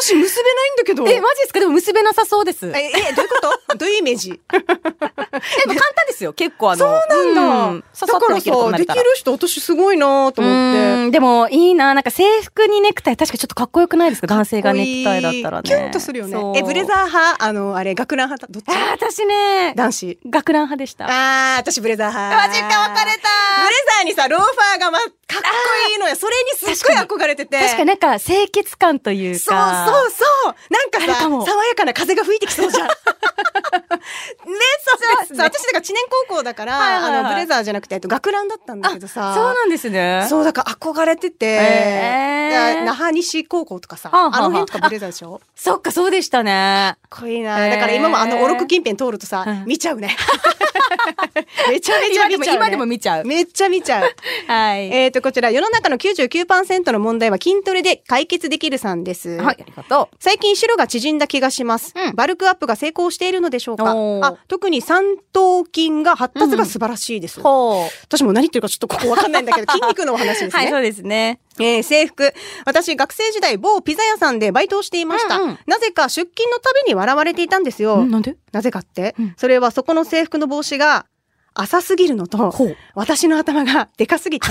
Speaker 5: 私結べないんだけど
Speaker 6: え、マジですかでも結べなさそうです。え、
Speaker 5: ええどういうことどういうイメージ
Speaker 6: でも簡単ですよ。結 *laughs* 構あの。
Speaker 5: そうな
Speaker 6: うんん
Speaker 5: だ。
Speaker 6: さ
Speaker 5: だ
Speaker 6: さっ
Speaker 5: か
Speaker 6: と
Speaker 5: ら
Speaker 6: できるとこ
Speaker 5: さ、
Speaker 6: ま
Speaker 5: で
Speaker 6: で
Speaker 5: き
Speaker 6: た
Speaker 5: る
Speaker 6: ら。
Speaker 5: 人私すごいなと思って。
Speaker 6: うんでもいいななんか制服にネクタイ確かちょっとかっこよくないですか男性がネクタイだったらね
Speaker 5: キュンとするよね
Speaker 6: そう
Speaker 5: えブレザー派あのあれ学ラン派どっち
Speaker 6: あー私ね
Speaker 5: 男子
Speaker 6: 学ラン派でした
Speaker 5: あー私ブレザー派
Speaker 6: マジか別れた
Speaker 5: ブレザーにさローファーが、ま、かっこいいのよそれにすっごい憧れてて
Speaker 6: 確かになんか清潔感というか
Speaker 5: そうそうそうなんか
Speaker 6: ある
Speaker 5: さ
Speaker 6: かも
Speaker 5: 爽やかな風が吹いてきそう
Speaker 6: *laughs*
Speaker 5: じゃんねそうそう私だから知念高校だから、
Speaker 6: はいはいはい
Speaker 5: あのブレザーじゃなくてえっと学ランだったんだけどさ
Speaker 6: そうなんですね
Speaker 5: そうだから憧れてて、
Speaker 6: えー
Speaker 5: だから那覇西高校とかさ、
Speaker 6: はあはあはあ
Speaker 5: あの辺とかブレザーでしょ
Speaker 6: そっかそうでしたね
Speaker 5: かっこいいな、
Speaker 6: えー
Speaker 5: だから今もあのオロク近辺通るとさ、
Speaker 6: うん
Speaker 5: 見ちゃう
Speaker 6: *laughs*
Speaker 5: ねめちゃめちゃ
Speaker 6: 今で
Speaker 5: 見
Speaker 6: も
Speaker 5: ちゃう、ね、
Speaker 6: 今でも見ちゃう
Speaker 5: めっちゃ見ちゃう
Speaker 6: はい
Speaker 5: えっとこちら世の中の99%の問題は筋トレで解決できるさんです、
Speaker 6: はいありがと
Speaker 5: 最近白が縮んだ気がします、
Speaker 6: うん
Speaker 5: バルクアップが成功しているのでしょうか
Speaker 6: おー
Speaker 5: あ特に三頭筋が発達が素晴らしいです、
Speaker 6: うほ
Speaker 5: 私も何言ってるかちょっとここわかんないんだけ
Speaker 6: *laughs*
Speaker 5: ど筋肉のお話ですね、
Speaker 6: はいそうですね
Speaker 5: えー制服。私、学生時代、某ピザ屋さんでバイトをしていました。
Speaker 6: うんうん
Speaker 5: なぜか出勤のたびに笑われていたんですよ。
Speaker 6: なんで
Speaker 5: なぜかって、
Speaker 6: うん
Speaker 5: それはそこの制服の帽子が浅すぎるのと、
Speaker 6: ほう
Speaker 5: 私の頭がでかす *laughs* ぎて、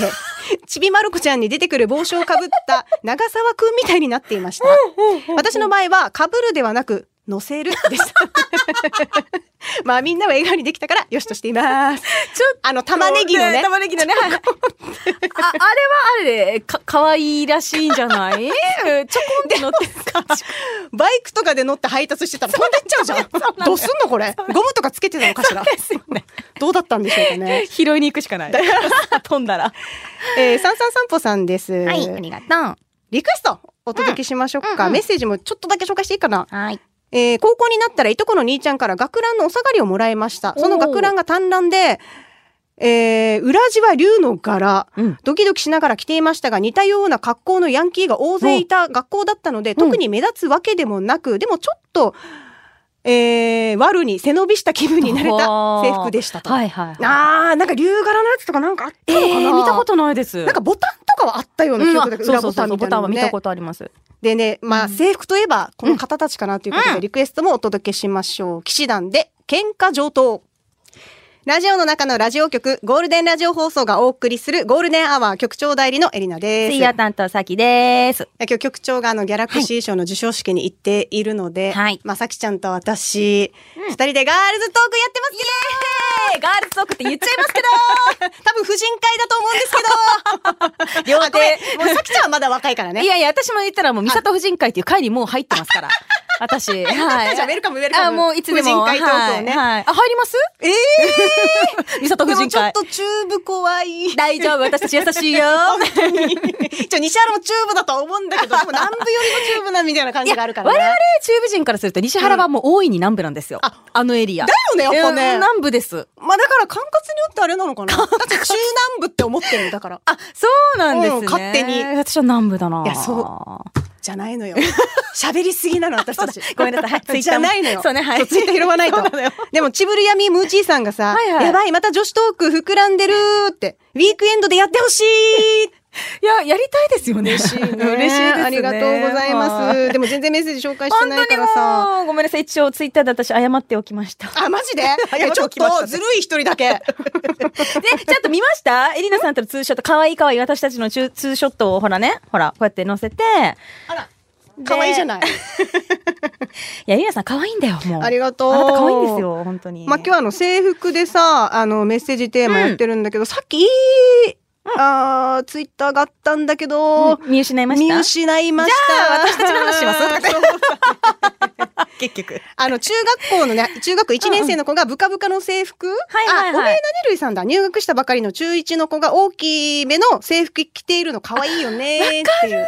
Speaker 5: ちびまる子ちゃんに出てくる帽子をかぶった長沢くんみたいになっていました。私の場合は、かぶるではなく、乗せるで *laughs* した。まあみんなは笑顔にできたから、よしとしています。
Speaker 6: ちょっ
Speaker 5: あの、玉ねぎのね。
Speaker 6: 玉ね
Speaker 5: *laughs*
Speaker 6: ぎのねはいああれはあれでか可愛いらしいんじゃないちょこんって乗ってる感
Speaker 5: *laughs*
Speaker 6: じ
Speaker 5: バイクとかで乗って配達してたら飛んでっちゃうじゃん。どうすんのこれ。ゴムとかつけてたのかしら。
Speaker 6: ですよね
Speaker 5: どうだったんでしょうかね。
Speaker 6: 拾いに行くしかない
Speaker 5: *laughs*
Speaker 6: 飛んだら
Speaker 5: えー、三三散歩さんです。
Speaker 6: がと
Speaker 5: リクエストお届けしましょうか、
Speaker 6: うんうん
Speaker 5: メッセージもちょっとだけ紹介していいかな。
Speaker 6: うはい
Speaker 5: えー、高校になったらいとこの兄ちゃんから学ランのお下がりをもらいました。
Speaker 6: おー
Speaker 5: その学ランが短ランで、えー、裏地は竜の柄、
Speaker 6: うん
Speaker 5: ドキドキしながら着ていましたが似たような格好のヤンキーが大勢いた学校だったので、特に目立つわけでもなく、でもちょっと、えー、悪に背伸びした気分になれた制服でしたと。
Speaker 9: はいはいはい。
Speaker 5: あー、なんか竜柄のやつとかなんかあったのかな、
Speaker 9: えー見たことないです。
Speaker 5: なんかボタンとかはあったような記憶だけど、
Speaker 9: うんあ
Speaker 5: 裏ボタンみたいなのね
Speaker 9: とあります。
Speaker 5: でね、まあ制服といえばこの方たちかなということでリクエストもお届けしましょう。騎士団で喧嘩上等。ラジオの中のラジオ局、ゴールデンラジオ放送がお送りするゴールデンアワー局長代理のエリナです。
Speaker 6: 水曜担当、さきです。
Speaker 5: いや今日局長があのギャラクシー賞の授賞式に行っているので、
Speaker 6: はい
Speaker 5: まあさきちゃんと私、二人でガールズトークやってます
Speaker 6: えー、ガールズトークって言っちゃいますけど、
Speaker 5: 多分婦人会だと思うんですけ
Speaker 6: *laughs*
Speaker 5: ど両手。ごめんもうさきちゃんはまだ若いからね。
Speaker 6: いやいや、私も言ったらもう、三里婦人会っていう会にもう入ってますから。私、はい。
Speaker 5: じゃあウェルカムウェルカム
Speaker 6: あ、もういつでも。
Speaker 5: 婦人会トークをね
Speaker 6: はいはいあ、入ります
Speaker 5: ええでもち
Speaker 6: 三里婦人
Speaker 5: ょっ
Speaker 6: 会。
Speaker 5: とチューブ怖い。
Speaker 6: 大丈夫、私たち優しいよ。
Speaker 5: *laughs* 一応西原もチューブだとは思うんだけ
Speaker 6: *laughs*
Speaker 5: ど、でも南部よりもチューブなみたいな感じがあるから
Speaker 6: 我
Speaker 5: ね。
Speaker 6: 々中部人からすると西原はもう大いに南部なんですよ。あのエリア。
Speaker 5: だよねやっぱね
Speaker 6: うん南部です。
Speaker 5: まあだから管轄によってあれなのかなだって中南部って思ってるのだから。あ、
Speaker 6: そうなんですね。
Speaker 5: うん勝手に
Speaker 6: 私は南部だな。
Speaker 5: いやそじゃないのよ。 *laughs* 喋りすぎなの私たち。
Speaker 6: ごめんなさいはいツイッ
Speaker 5: じ
Speaker 6: ター
Speaker 5: ゃ
Speaker 6: も
Speaker 5: ないのよ。
Speaker 6: そうねはい
Speaker 5: ツイッター拾わないと
Speaker 6: そうなのよ。
Speaker 5: でも、ちぶるやみむーちーさんがさ、
Speaker 6: はいはい
Speaker 5: やばい、また女子トーク膨らんでるーって、ウィークエンドでやってほしい
Speaker 6: いや、やりたいですよね。嬉しい
Speaker 5: ねありがとうございます。でも全然メッセージ紹介して
Speaker 6: 本
Speaker 5: な
Speaker 6: 当
Speaker 5: いか
Speaker 6: に
Speaker 5: らさ。
Speaker 6: もう、ごめんなさい。一応ツイッターで私謝っておきました。
Speaker 5: あ、マジでいやちょっ
Speaker 6: 来ました
Speaker 5: とずるい一人だ
Speaker 6: *laughs*
Speaker 5: け。
Speaker 6: で、ちょっと見ましたエリナさんとのツーショット、可愛い可愛い私たちのツーツーショットを、ほらね、ほら、こうやって載せて、
Speaker 5: 可愛いじゃない。
Speaker 6: いや、エリナさん可愛いんだよ、もう。
Speaker 5: ありがとう
Speaker 6: あなた可愛いんですよ、本当に。
Speaker 5: まあ、今日はあの制服でさ、あのメッセージテーマやってるんだけど、さっき、あーツイッターがあったんだけど、
Speaker 6: うん見失いまし
Speaker 5: 見
Speaker 6: た
Speaker 5: 失いました。
Speaker 6: じゃあ私たちの話します
Speaker 5: *laughs* そう
Speaker 6: *laughs* 結局。
Speaker 5: あの中学校のね、中学1年生の子がブカブカの制服、
Speaker 6: いはいはい
Speaker 5: あ、おめえなねるいさんだ。入学したばかりの中1の子が大きめの制服着ているの可愛いよねーっていう。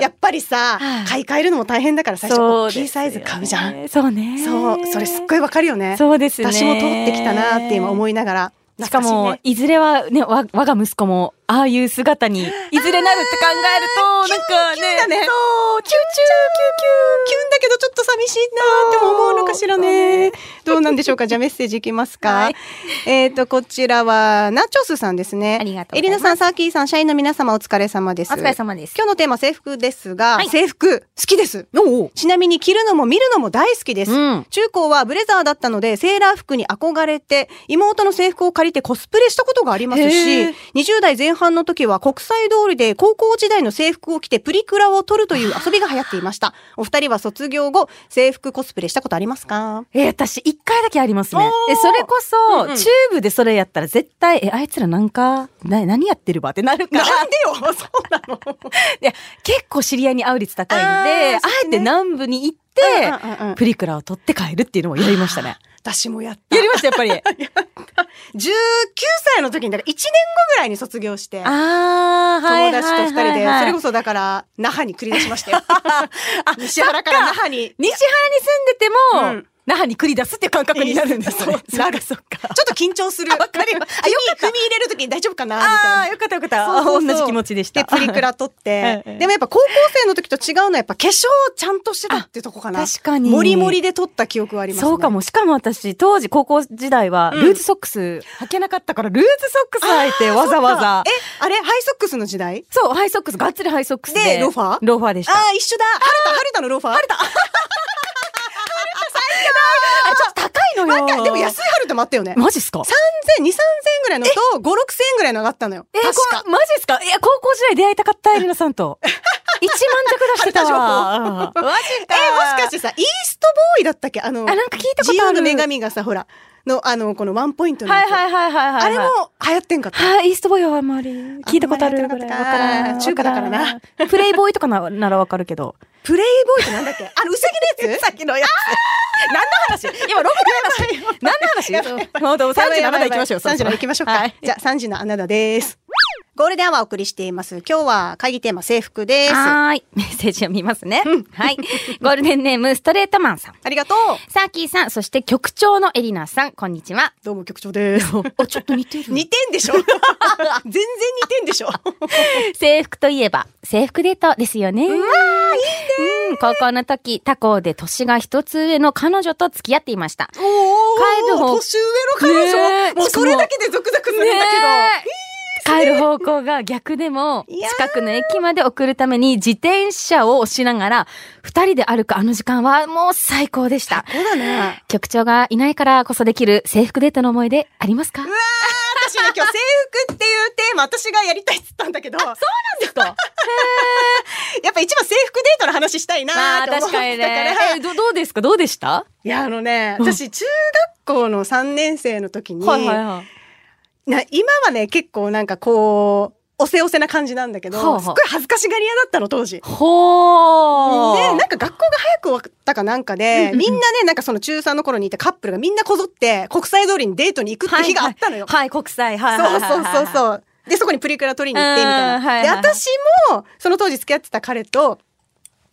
Speaker 5: やっぱりさ、
Speaker 6: はい
Speaker 5: 買い替えるのも大変だから最初
Speaker 6: そ
Speaker 5: 大
Speaker 6: うですよ
Speaker 5: きい
Speaker 6: ね
Speaker 5: サイズ買うじゃん。
Speaker 6: そうね。
Speaker 5: そう、それすっごいわかるよね。
Speaker 6: そうですね。
Speaker 5: 私も通ってきたなーって今思いながら。
Speaker 6: しか
Speaker 5: 懐
Speaker 6: も
Speaker 5: し、
Speaker 6: いずれはね、わ、我が息子も、ああいう姿に、いずれなるって考えると、なんかね、
Speaker 5: キュンだね
Speaker 6: そう、キュンチ
Speaker 5: いね、キュンだけどちょっと寂しいなーっても思うのかしらね。どうなんでしょうかじゃあメッセージいきますか。
Speaker 6: はい
Speaker 5: えっと、こちらは、ナチョスさんですね。
Speaker 6: ありがとうござ
Speaker 5: エリ
Speaker 6: います
Speaker 5: ナさん、サーキーさん、社員の皆様お疲れ様です。
Speaker 6: お疲れ様です
Speaker 5: 今日のテーマ制服ですが、
Speaker 6: はい
Speaker 5: 制服好きです。
Speaker 6: ュ
Speaker 5: ちなみに着るのも見るのも大好きです。
Speaker 6: うん
Speaker 5: 中高はブレザーだったので、セーラー服に憧れて、妹の制服を借りてコスプレしたことがありますし
Speaker 6: へ、
Speaker 5: 20代前半の時は国際通りで高校時代の制服を着てプリクラを撮るという遊びが流行っていました。お二人は卒業後、制服コスプレしたことありますか
Speaker 6: えー、私、一回だけありますね。え、それこそ、チューブでそれやったら絶対、え、あいつらなんか、な、何やってるわってなるから。
Speaker 5: なんで
Speaker 6: *laughs*
Speaker 5: よそうなの
Speaker 6: いや、結構知り合いに会う率高いんで、
Speaker 5: あー
Speaker 6: あ
Speaker 5: そっちね
Speaker 6: えて南部に行っ
Speaker 5: うんうんうんうん
Speaker 6: て、プリクラを撮って帰るっていうのもやりまし
Speaker 5: *laughs*
Speaker 6: たね。
Speaker 5: 私もやった
Speaker 6: や。りました、
Speaker 5: *laughs*
Speaker 6: やっぱり。
Speaker 5: 19歳の時に、だから1年後ぐらいに卒業して、
Speaker 6: あー、はい。
Speaker 5: 友達と二人で、それこそだから、那覇に繰り出しま
Speaker 6: *laughs*
Speaker 5: したよ。西原から那覇に。
Speaker 6: 西原に住んでても、
Speaker 5: うん
Speaker 6: 那覇に繰り出すっていう感覚になるんですね。
Speaker 5: そうなる
Speaker 6: *laughs* そっか。
Speaker 5: ちょっと緊張する。わかり *laughs* ます。あ、よく踏み入れるときに大丈夫かなみたいな。
Speaker 6: ああ、よかったよかった。
Speaker 5: そうそうそう
Speaker 6: 同じ気持ちでした。
Speaker 5: で、プリクラ撮って
Speaker 6: *laughs* え。え
Speaker 5: でもやっぱ高校生の時と違うのはやっぱ化粧をちゃんとしてたってとこかな。
Speaker 6: あ確かに
Speaker 5: もりもりで撮った記憶はありますね。
Speaker 6: そうか。も。しかも私、当時高校時代は、ルーズソックス履けなかったから、ルーズソックス履いて、わざわざ
Speaker 5: え。、あれハイソックスの時代
Speaker 6: そう、ハイソックス、がっつりハイソックスで。
Speaker 5: でローファー
Speaker 6: ローファーでし
Speaker 5: あ
Speaker 6: た。あ
Speaker 5: あ、一緒だ。晴れた、晴れたのローファー。晴れた。
Speaker 6: れ、ちょっと高いのよ。
Speaker 5: でも安い春田もあったよね。
Speaker 6: マジっすか
Speaker 5: 3000、2、3000ぐらいのと、5、6千円ぐらいの上がったのよ。
Speaker 6: えー
Speaker 5: 確か
Speaker 6: こ。マジっすかいや、高校時代出会いたかった、エリナさ
Speaker 5: *laughs*
Speaker 6: んと。一万弱出してたわ。マジ
Speaker 5: えーもしかしてさ、イーストボーイだったっけあの、
Speaker 6: あなんか聞いたことある
Speaker 5: 自由の女神がさ、ほら、の、あの、このワンポイントの
Speaker 6: は
Speaker 5: や
Speaker 6: い
Speaker 5: つ。
Speaker 6: はいはいはいはい。
Speaker 5: あれも流行ってんかった。
Speaker 6: はい、イーストボーイはあんまり聞いたことあるぐらい。わからん。
Speaker 5: 中華だからな
Speaker 6: わらん。 *laughs* プレイボーイとかなならわかるけど。
Speaker 5: プレイボーイってなんだっけあの、うさぎの
Speaker 6: *laughs*
Speaker 5: やつさっきのや
Speaker 6: 何の話今、ロボの話。何の話本当、
Speaker 5: つ。
Speaker 6: 3時の話行きましょう。
Speaker 5: 3時の行きましょうか。
Speaker 6: はい
Speaker 5: じゃあ、3時のあなたです。ゴールデンアワーお送りしています。今日は会議テーマ制服です。あ
Speaker 6: はーい。 *laughs* メッセージを見ますね。はい。ゴールデンネーム、ストレートマンさん。
Speaker 5: りがとう。
Speaker 6: サーキーさん、そして局長のエリナさん、こんにちは。
Speaker 5: どうも局長です。
Speaker 6: あ、ちょっと似 *laughs* てる。
Speaker 5: 似てんでしょ全然似てんでしょ
Speaker 6: 制服といえば、制服デートですよね。うん、高校の時、他校で年が一つ上の彼女と付き合っていました。
Speaker 5: おーお
Speaker 6: 帰る
Speaker 5: ーおー
Speaker 6: 方
Speaker 5: 年上の彼
Speaker 6: ね
Speaker 5: 女
Speaker 6: え
Speaker 5: もうそれだけでゾクゾクするんだけど。
Speaker 6: 帰る方向が逆でも、
Speaker 5: いやー
Speaker 6: 近くの駅まで送るために自転車を押しながら、二人で歩くあの時間はもう最高でした。
Speaker 5: そうだね。
Speaker 6: 局長がいないからこそできる制服デートの思い出ありますか
Speaker 5: 私ね、今日制服っていうテーマ、私がやりたいっつったんだけど。そうなんですか。やっぱ一番制服デートの話したいな *laughs* ーって思ってたから。
Speaker 6: えど、どうですかどうでした
Speaker 5: いや、あのね、私中学校の3年生の時に、
Speaker 6: はいはいはい。
Speaker 5: な今はね、結構なんかこう、おせおせな感じなんだけど、
Speaker 6: はあはあ
Speaker 5: すっごい恥ずかしがり屋だったの、当時。
Speaker 6: ほ
Speaker 5: で、
Speaker 6: ー。
Speaker 5: なんか学校が早く終わったかなんかで、みんなね、なんかその中3の頃にいたカップルがみんなこぞって国際通りにデートに行くって日があったのよ。
Speaker 6: はい、国際、はいは
Speaker 5: そ
Speaker 6: い
Speaker 5: う
Speaker 6: はいはい。
Speaker 5: そうそうそう。で、そこにプリクラ取りに行って、みたいな。
Speaker 6: うんはい
Speaker 5: で、
Speaker 6: はい
Speaker 5: 私も、その当時付き合ってた彼と、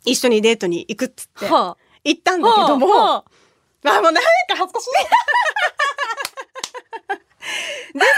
Speaker 5: 一緒にデートに行くっつって、行
Speaker 6: は
Speaker 5: ったん
Speaker 6: あ
Speaker 5: だけども、
Speaker 6: はあ
Speaker 5: まあもうなんか恥ずかしい。でさ、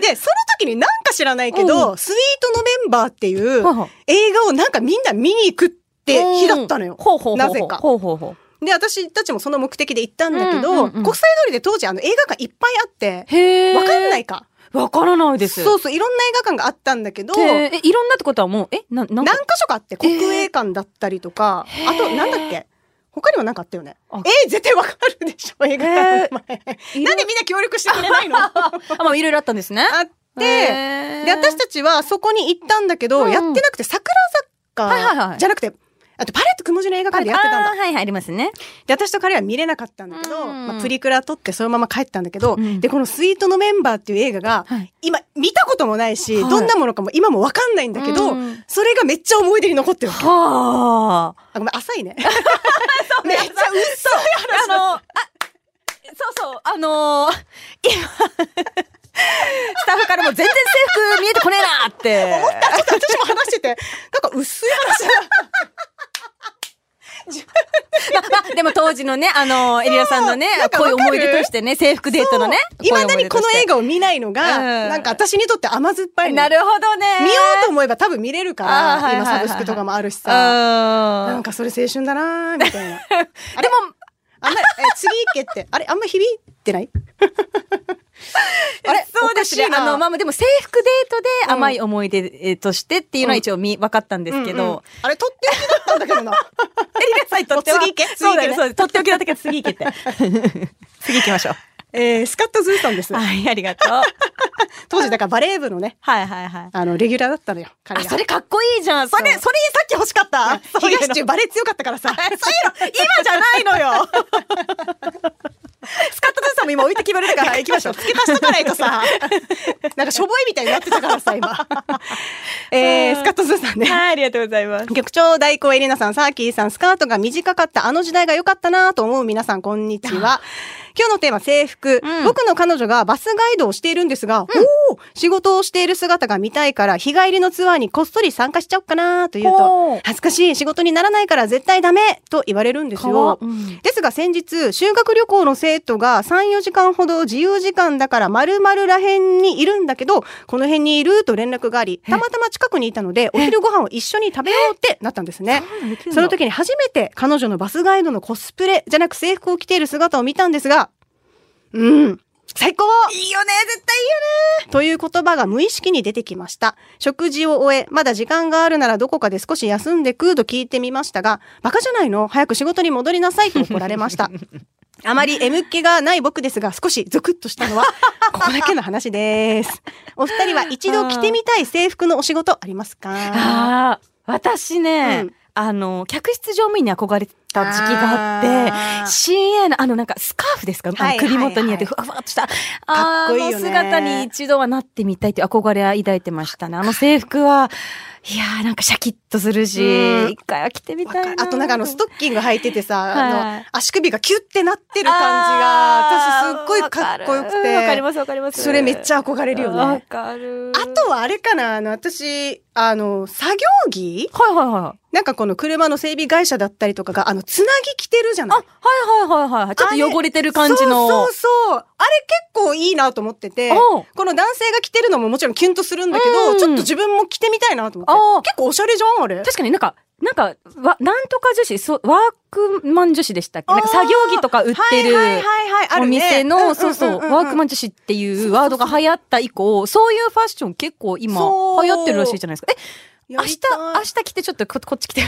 Speaker 5: で、その時になんか知らないけど、スイートのメンバーっていう
Speaker 6: ほうほう
Speaker 5: 映画をなんかみんな見に行くって日だったのよ。
Speaker 6: ほうほうほうほう。
Speaker 5: なぜか。
Speaker 6: ほうほうほう。
Speaker 5: で、私たちもその目的で行ったんだけど、
Speaker 6: うんうんうん
Speaker 5: 国際通りで当時あの映画館いっぱいあって、
Speaker 6: へー。
Speaker 5: わかんないか。
Speaker 6: わからないです。
Speaker 5: そうそう、いろんな映画館があったんだけど、
Speaker 6: へーえ、いろんなってことはもう、え、な、なん
Speaker 5: 何
Speaker 6: か
Speaker 5: 箇所かあって、国営館だったりとか、あと、なんだっけ他にも何かあったよね。
Speaker 6: あ
Speaker 5: えー絶対わかるでしょ、映画館の前。なんでみんな協力してくれないの
Speaker 6: *laughs*
Speaker 5: あ
Speaker 6: あ、まあいろいろあったんですね。
Speaker 5: っ
Speaker 6: へ
Speaker 5: て、
Speaker 6: ー
Speaker 5: で、私たちはそこに行ったんだけど、
Speaker 6: うん
Speaker 5: やってなくて、桜
Speaker 6: はいはいは
Speaker 5: 坂
Speaker 6: い
Speaker 5: じゃなくて、あとパレットくもじの映画館でやってたんだ
Speaker 6: あー。はいはい、ありますね。
Speaker 5: で、私と彼は見れなかったんだけど、
Speaker 6: うん
Speaker 5: まあ、プリクラ撮ってそのまま帰ったんだけど、
Speaker 6: ん
Speaker 5: で、このスイートのメンバーっていう映画が、
Speaker 6: はい
Speaker 5: 今、見たこともないし、
Speaker 6: はい
Speaker 5: どんなものかも今もわかんないんだけど、
Speaker 6: うん
Speaker 5: それがめっちゃ思い出に残ってるわけ。
Speaker 6: はあ。
Speaker 5: あ、ごめん、浅
Speaker 6: *laughs*
Speaker 5: いね。めっちゃ嘘や
Speaker 6: あの、あ、そうそう、あのー、今、スタッフからも全然制服見えてこねえなって。
Speaker 5: ちょっと私も話して
Speaker 6: *laughs*
Speaker 5: て、なんか薄い話だ。
Speaker 6: まあでも当時のね、あのー、エリアさんのね
Speaker 5: なん、か
Speaker 6: こう
Speaker 5: わ
Speaker 6: いう
Speaker 5: かる
Speaker 6: 思い出としてね、制服デートのね。
Speaker 5: いまだにこの映
Speaker 6: 画
Speaker 5: 画を見ないのが、
Speaker 6: うん
Speaker 5: なんか私にとって甘酸っぱいの
Speaker 6: なるほどね。
Speaker 5: 見ようと思えば多分見れるか
Speaker 6: あー
Speaker 5: ら、
Speaker 6: はいはい
Speaker 5: 今
Speaker 6: は
Speaker 5: サ
Speaker 6: いはい
Speaker 5: ブスクとかもあるしさ。な
Speaker 6: うんん。
Speaker 5: かそれ青春だなーみたい
Speaker 6: *laughs*
Speaker 5: な。
Speaker 6: でも、
Speaker 5: あんまり、え、次行けって、あれ、あんま響いてないあれ、
Speaker 6: そうですね
Speaker 5: お。かしい
Speaker 6: あ
Speaker 5: な
Speaker 6: の、まあまあ、でも制服デートで甘い思い出えーとしてっていうのは一応見、分かったんですけ
Speaker 5: うんうん
Speaker 6: ど、
Speaker 5: あれ、取っておきだったんだけ
Speaker 6: *laughs*
Speaker 5: どな。
Speaker 6: エリアさんにとっては。
Speaker 5: もう次行け次
Speaker 6: そう
Speaker 5: 行
Speaker 6: だ
Speaker 5: け
Speaker 6: ね、
Speaker 5: ね
Speaker 6: そうです。とっておきだったけど次行けって。 *laughs* 次行きましょう。
Speaker 5: えー、スカットズーさんです。
Speaker 6: *laughs* はい、ありがとう。
Speaker 5: 当時、だからバレー部のね、
Speaker 6: はいはいはい。
Speaker 5: あの、レギュラーだったのよ、
Speaker 6: あ、
Speaker 5: 彼が。
Speaker 6: それかっこいいじゃん。それ、それさっき欲しかった。 *laughs* そういうの
Speaker 5: 東中バレー強かったからさ。 *laughs*
Speaker 6: そういうの、今じゃないのよ。
Speaker 5: スカットズーさんも今置いてきぼれだから行きましょう。付け足しとかないと
Speaker 6: *laughs*
Speaker 5: さ、なんかしょぼいみたいになってたからさ、今。えー、スカットズーさんね。
Speaker 6: はい、ありがとうございます。
Speaker 5: 局長代行エリナさん、サーキーさん、スカートが短かったあの時代が良かったなと思う皆さん、こんにちは。今日のテーマ、制服、
Speaker 6: うん
Speaker 5: 僕の彼女がバスガイドをしているんですが、おー仕事をしている姿が見たいから、日帰りのツアーにこっそり参加しちゃおうかなという
Speaker 6: ほう
Speaker 5: と、恥ずかしい仕事にならないから絶対ダメと言われるんです
Speaker 6: かわ
Speaker 5: よ。
Speaker 6: うん
Speaker 5: ですが先日、修学旅行の生徒が3、4時間ほど自由時間だから〇〇ら辺にいるんだけど、この辺にいると連絡があり、たまたま近くにいたので、お昼ご飯を一緒に食べようってなったんですね。その時に初めて彼女のバスガイドのコスプレじゃなく制服を着ている姿を見たんですが、うん、最高
Speaker 6: いいよね、絶対いいよ
Speaker 5: という言葉が無意識に出てきました。食事を終え、まだ時間があるならどこかで少し休んで食うと聞いてみましたが、バカじゃないの早く仕事に戻りなさいと怒られま
Speaker 6: *laughs*
Speaker 5: した。あまり M 気がない僕ですが、少しゾクッとしたの
Speaker 6: *laughs*
Speaker 5: は、ここだけの話です。お二人は一度着てみたい制服のお仕事ありますか
Speaker 6: ああ、私ね、
Speaker 5: うん
Speaker 6: あの、客室乗務員に憧れてた時期があって、
Speaker 5: あー
Speaker 6: CA のあのなんかスカーフですか、あの
Speaker 5: はいはいはい
Speaker 6: 首元にあってふわふわっとした、
Speaker 5: かっこいいよね
Speaker 6: あの姿に一度はなってみたいっていう憧れは抱いてましたね。あの制服は、いやーなんかシャキッとする
Speaker 5: うん
Speaker 6: し、一回は着てみ
Speaker 5: わ
Speaker 6: た
Speaker 5: か
Speaker 6: い
Speaker 5: る
Speaker 6: な。
Speaker 5: あとなんかあのストッキング履いててさ、
Speaker 6: はい
Speaker 5: あの足首がキュッてなってる感じが、
Speaker 6: あー
Speaker 5: 私すっごいかっこよく
Speaker 6: わかるわかりま
Speaker 5: て、
Speaker 6: すわかります。
Speaker 5: それめっちゃ憧れるよね。
Speaker 6: わかる。
Speaker 5: あとはあれかなあの、私、あの、作業着
Speaker 6: はいはいはい。
Speaker 5: なんかこの車の整備会社だったりとかが、あの、つなぎ着てるじゃ
Speaker 6: あ、
Speaker 5: ない
Speaker 6: はいはいはいはい。ちょっと汚れてる感じの。
Speaker 5: そうそうそう。あれ結構構いいなと思ってて、
Speaker 6: おう
Speaker 5: この男性が着てるのももちろんキュンとするんだけど、
Speaker 6: うん
Speaker 5: ちょっと自分も着てみたいなと思
Speaker 6: お
Speaker 5: っ
Speaker 6: う
Speaker 5: て。結構おしゃれじゃん、あれ。
Speaker 6: *laughs* 確かになんか、なんか、わ、なんとか女子、そう、ワークマン女子でしたっけなんか
Speaker 5: あー
Speaker 6: 作業着とか売ってる。
Speaker 5: はいはいはいはい、あ
Speaker 6: お
Speaker 5: るね
Speaker 6: 店の、そうそう、ワークマ
Speaker 5: ン。
Speaker 6: ン女子っていうワードが流行った以降、そういうファッション結構今
Speaker 5: そう
Speaker 6: 流行ってるらしいじゃないですか。え、
Speaker 5: や
Speaker 6: 明
Speaker 5: り
Speaker 6: 日、
Speaker 5: たい
Speaker 6: 明日来てちょっとここっ
Speaker 5: *laughs*
Speaker 6: ち来て。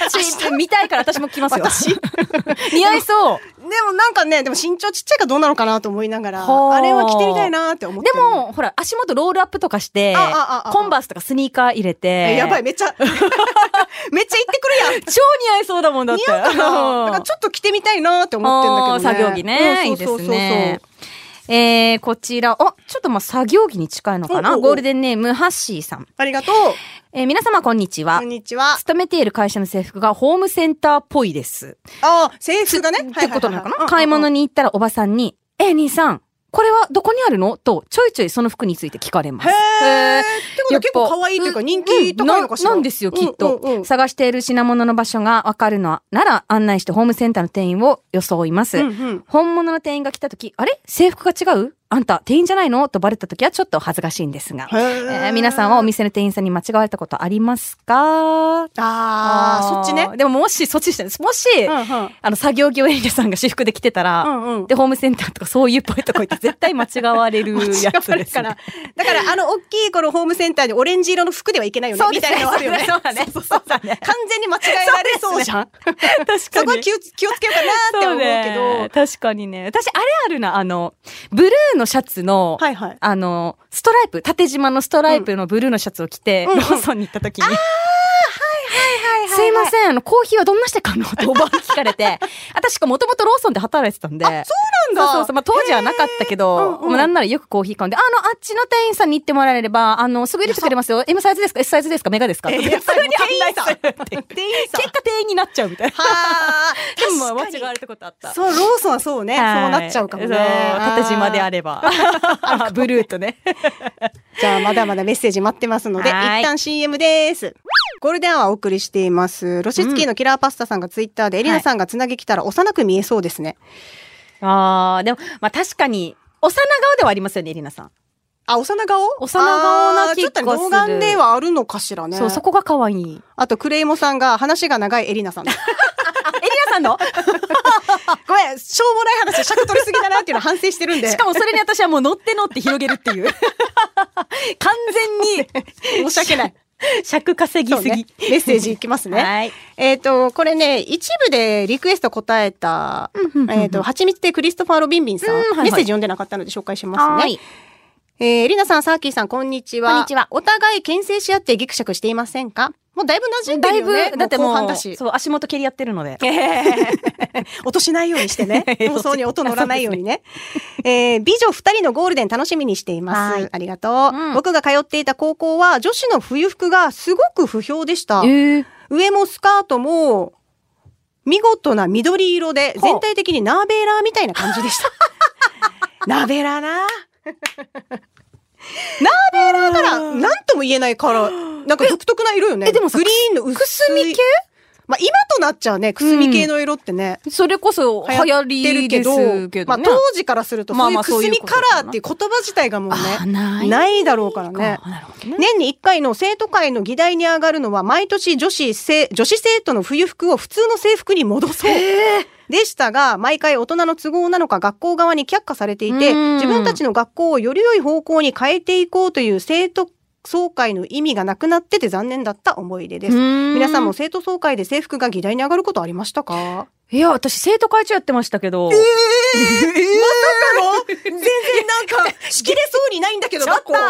Speaker 6: 私見たいから私も来ますよ。 *laughs* 似合いそう。
Speaker 5: でもなんかね、でも身長ちっちゃいからどうなのかなと思いながら、
Speaker 6: はあ
Speaker 5: あれは着てみたいなって思って
Speaker 6: で
Speaker 5: る。
Speaker 6: も、ほら、足元ロールアップとかして
Speaker 5: ああああ、
Speaker 6: コンバースとかスニーカー入れて。
Speaker 5: えやばい、めっちゃ、 *laughs* めっちゃ言ってくるやん。
Speaker 6: 超似合いそうだもんだって。
Speaker 5: 似合うかな
Speaker 6: うん
Speaker 5: なんかちょっと着てみたいなって思ってんだけどね。
Speaker 6: あー作業着ね。い
Speaker 5: うん
Speaker 6: いで
Speaker 5: そう
Speaker 6: す
Speaker 5: そうそうそう
Speaker 6: ね。えー、こちら、あ、ちょっとまあ作業着に近いのか
Speaker 5: おう
Speaker 6: な
Speaker 5: おうおう
Speaker 6: ゴールデンネーム、ハッシーさん。
Speaker 5: ありがとう。
Speaker 6: えー皆様こんにちは
Speaker 5: こん。にちは。
Speaker 6: 勤めている会社の制服がホームセンターっぽいです。
Speaker 5: ああ、制服がね。
Speaker 6: ってこと
Speaker 5: はいはいはい
Speaker 6: なのか
Speaker 5: は
Speaker 6: ない買い物に行ったらおばさんに、え、兄さん、これはどこにあるのと、ちょいちょいその服について聞かれます。
Speaker 5: へえ。
Speaker 6: へ
Speaker 5: っ
Speaker 6: ー
Speaker 5: てことは結構可愛いというか人気高いのかしら。
Speaker 6: うんななんですよ、きっと。
Speaker 5: うんうんうん
Speaker 6: 探している品物の場所がわかるのは、なら案内してホームセンターの店員を装います。
Speaker 5: うんうん
Speaker 6: 本物の店員が来た時、あれ制服が違うあんた、店員じゃないのとバレた時はちょっと恥ずかしいんですが。
Speaker 5: へー
Speaker 6: えー皆さんはお店の店員さんに間違われたことありますかあ
Speaker 5: ああ、そっちね。
Speaker 6: でももし、そっちしてです。もし、
Speaker 5: うんうん
Speaker 6: あの、作業着をエリナさんが私服で着てたら、
Speaker 5: うんうん
Speaker 6: で、ホームセンターとかそういうっぽいとこ行って絶対間違
Speaker 5: *laughs*
Speaker 6: われるやつです、ね。
Speaker 5: 違うから。だから、あの、大きい頃ホームセンターにオレンジ色の服ではいけないよね。
Speaker 6: そうで
Speaker 5: み
Speaker 6: すね
Speaker 5: たいなのあるよね。
Speaker 6: そうだねそうだね
Speaker 5: 完全に間違えられそうじゃん。
Speaker 6: 確かに。
Speaker 5: そこは気を気をつけようかなって思うけど。
Speaker 6: ね、確かにね。私、あれあるな、あの、ブルーのシャツの、
Speaker 5: はいはい
Speaker 6: あの、ストライプ、縦縞のストライプのブルーのシャツを着て、ローソンに行った時に。すいません、あの、コーヒーはどんなしてかのっておばあに聞かれ *laughs* て、私しかもともとローソンで働いてたんで。
Speaker 5: そうなんだ
Speaker 6: そうそうそうまあ当時はなかったけど、もうなんならよくコーヒー買うんで、あの、あっちの店員さんに行ってもらえれば、あの、すぐ入れてくれますよ。M サイズですか ?S サイズですかメガですか
Speaker 5: えー
Speaker 6: 普通に *laughs*
Speaker 5: やっぱり
Speaker 6: 案内されて
Speaker 5: 店員さん店員さ
Speaker 6: 結果店員になっちゃうみ *laughs* たいな。
Speaker 5: はあ。
Speaker 6: *laughs* でもま
Speaker 5: 確か
Speaker 6: あ間違
Speaker 5: に
Speaker 6: われたことあった。
Speaker 5: そう、ローソンはそうね。そう
Speaker 6: はい
Speaker 5: なっちゃうかもね。
Speaker 6: そう縦縞であ
Speaker 5: る。
Speaker 6: れ *laughs* ば。ブルーとね。
Speaker 5: じゃあ、まだまだメッセージ待ってますので、一
Speaker 6: はい
Speaker 5: 旦 CM です。ゴールデンアワーお送りしています。ロシツキーのキラーパスタさんがツイッターで、エリナさんがつなぎきたら幼く見えそうですね。
Speaker 6: ああ、でも、まあ確かに、幼顔ではありますよね、エリナさん。
Speaker 5: あ、幼顔
Speaker 6: 幼顔な
Speaker 5: あー
Speaker 6: 気がする
Speaker 5: ちょっと老眼ではあるのかしらね。
Speaker 6: そう、そこが可愛い。
Speaker 5: あと、クレイモさんが話が長いエリナさん。
Speaker 6: あ、エリナさん *laughs* の
Speaker 5: ごめん、しょうもない話、尺取りすぎだなっていうのは反省してるんで。
Speaker 6: *laughs* しかもそれに私はもう乗って乗って広げるって *laughs* いう。完全に。
Speaker 5: 申し訳ない。
Speaker 6: *laughs* 尺稼ぎ
Speaker 5: そう
Speaker 6: すぎ
Speaker 5: ね。メッセージいきますね。
Speaker 6: *laughs* はい
Speaker 5: えっ、と、これね、一部でリクエスト答えた、えっ、と、はちみつでクリストファー・ロビンビンさん、
Speaker 6: うんはいはい
Speaker 5: メッセージ読んでなかったので紹介します
Speaker 6: は
Speaker 5: ね
Speaker 6: い。
Speaker 5: えー、エリナさん、サーキーさん、こんにちは。
Speaker 6: こんにちは
Speaker 5: お互い牽制し合ってギクシャクしていませんかもうだいぶ馴染んで
Speaker 6: だ
Speaker 5: る
Speaker 6: い
Speaker 5: よね。
Speaker 6: ぶ、だって
Speaker 5: 後
Speaker 6: も
Speaker 5: 半
Speaker 6: う、
Speaker 5: だし。
Speaker 6: そう、足元蹴り合ってるので。。
Speaker 5: 音しないようにして *laughs* ね放送に音乗らないように *laughs* ね。えー美女二人のゴールデン楽しみにしていま
Speaker 6: はい
Speaker 5: す。ありがとう、
Speaker 6: うん
Speaker 5: 僕が通っていた高校は女子の冬服がすごく不評でした。
Speaker 6: ええ。
Speaker 5: 上もスカートも、見事な緑色で、
Speaker 6: ほう
Speaker 5: 全体的にナーベーラーみたいな感じで *laughs* した。 *laughs* ナーベーラーな。ナーベーラーから、なんとも言えないから、なんか独特な色よね。
Speaker 6: えでもさ
Speaker 5: グリーンの薄い。
Speaker 6: くすみ系
Speaker 5: まあ今となっちゃうね、くすみ系の色ってね。
Speaker 6: それこそ流行
Speaker 5: ってる
Speaker 6: り
Speaker 5: け
Speaker 6: で
Speaker 5: ど、
Speaker 6: すけ
Speaker 5: ま
Speaker 6: ど
Speaker 5: あ
Speaker 6: ね。
Speaker 5: 当時からすると、そ
Speaker 6: まあ
Speaker 5: うい
Speaker 6: まあ
Speaker 5: うくすみカラーっていう言葉自体がもう
Speaker 6: あー
Speaker 5: ね、
Speaker 6: ない
Speaker 5: ないだろうからね。
Speaker 6: なるほどね。
Speaker 5: 年に1回の生徒会の議題に上がるのは毎年女子生女子生徒の冬服を普通の制服に戻そう。でしたが、毎回大人の都合なのか学校側に却下されていて、
Speaker 6: うん
Speaker 5: 自分たちの学校をより良い方向に変えていこうという生徒総会の意味がなくなってて残念だった思い出です。
Speaker 6: うん
Speaker 5: 皆さんも生徒総会で制服が議題に上がることありましたか
Speaker 6: いや、私生徒会長やってましたけど。
Speaker 5: あの全然なんか、仕切れそうにないんだけど、
Speaker 6: ちょっ
Speaker 5: 学校。
Speaker 6: と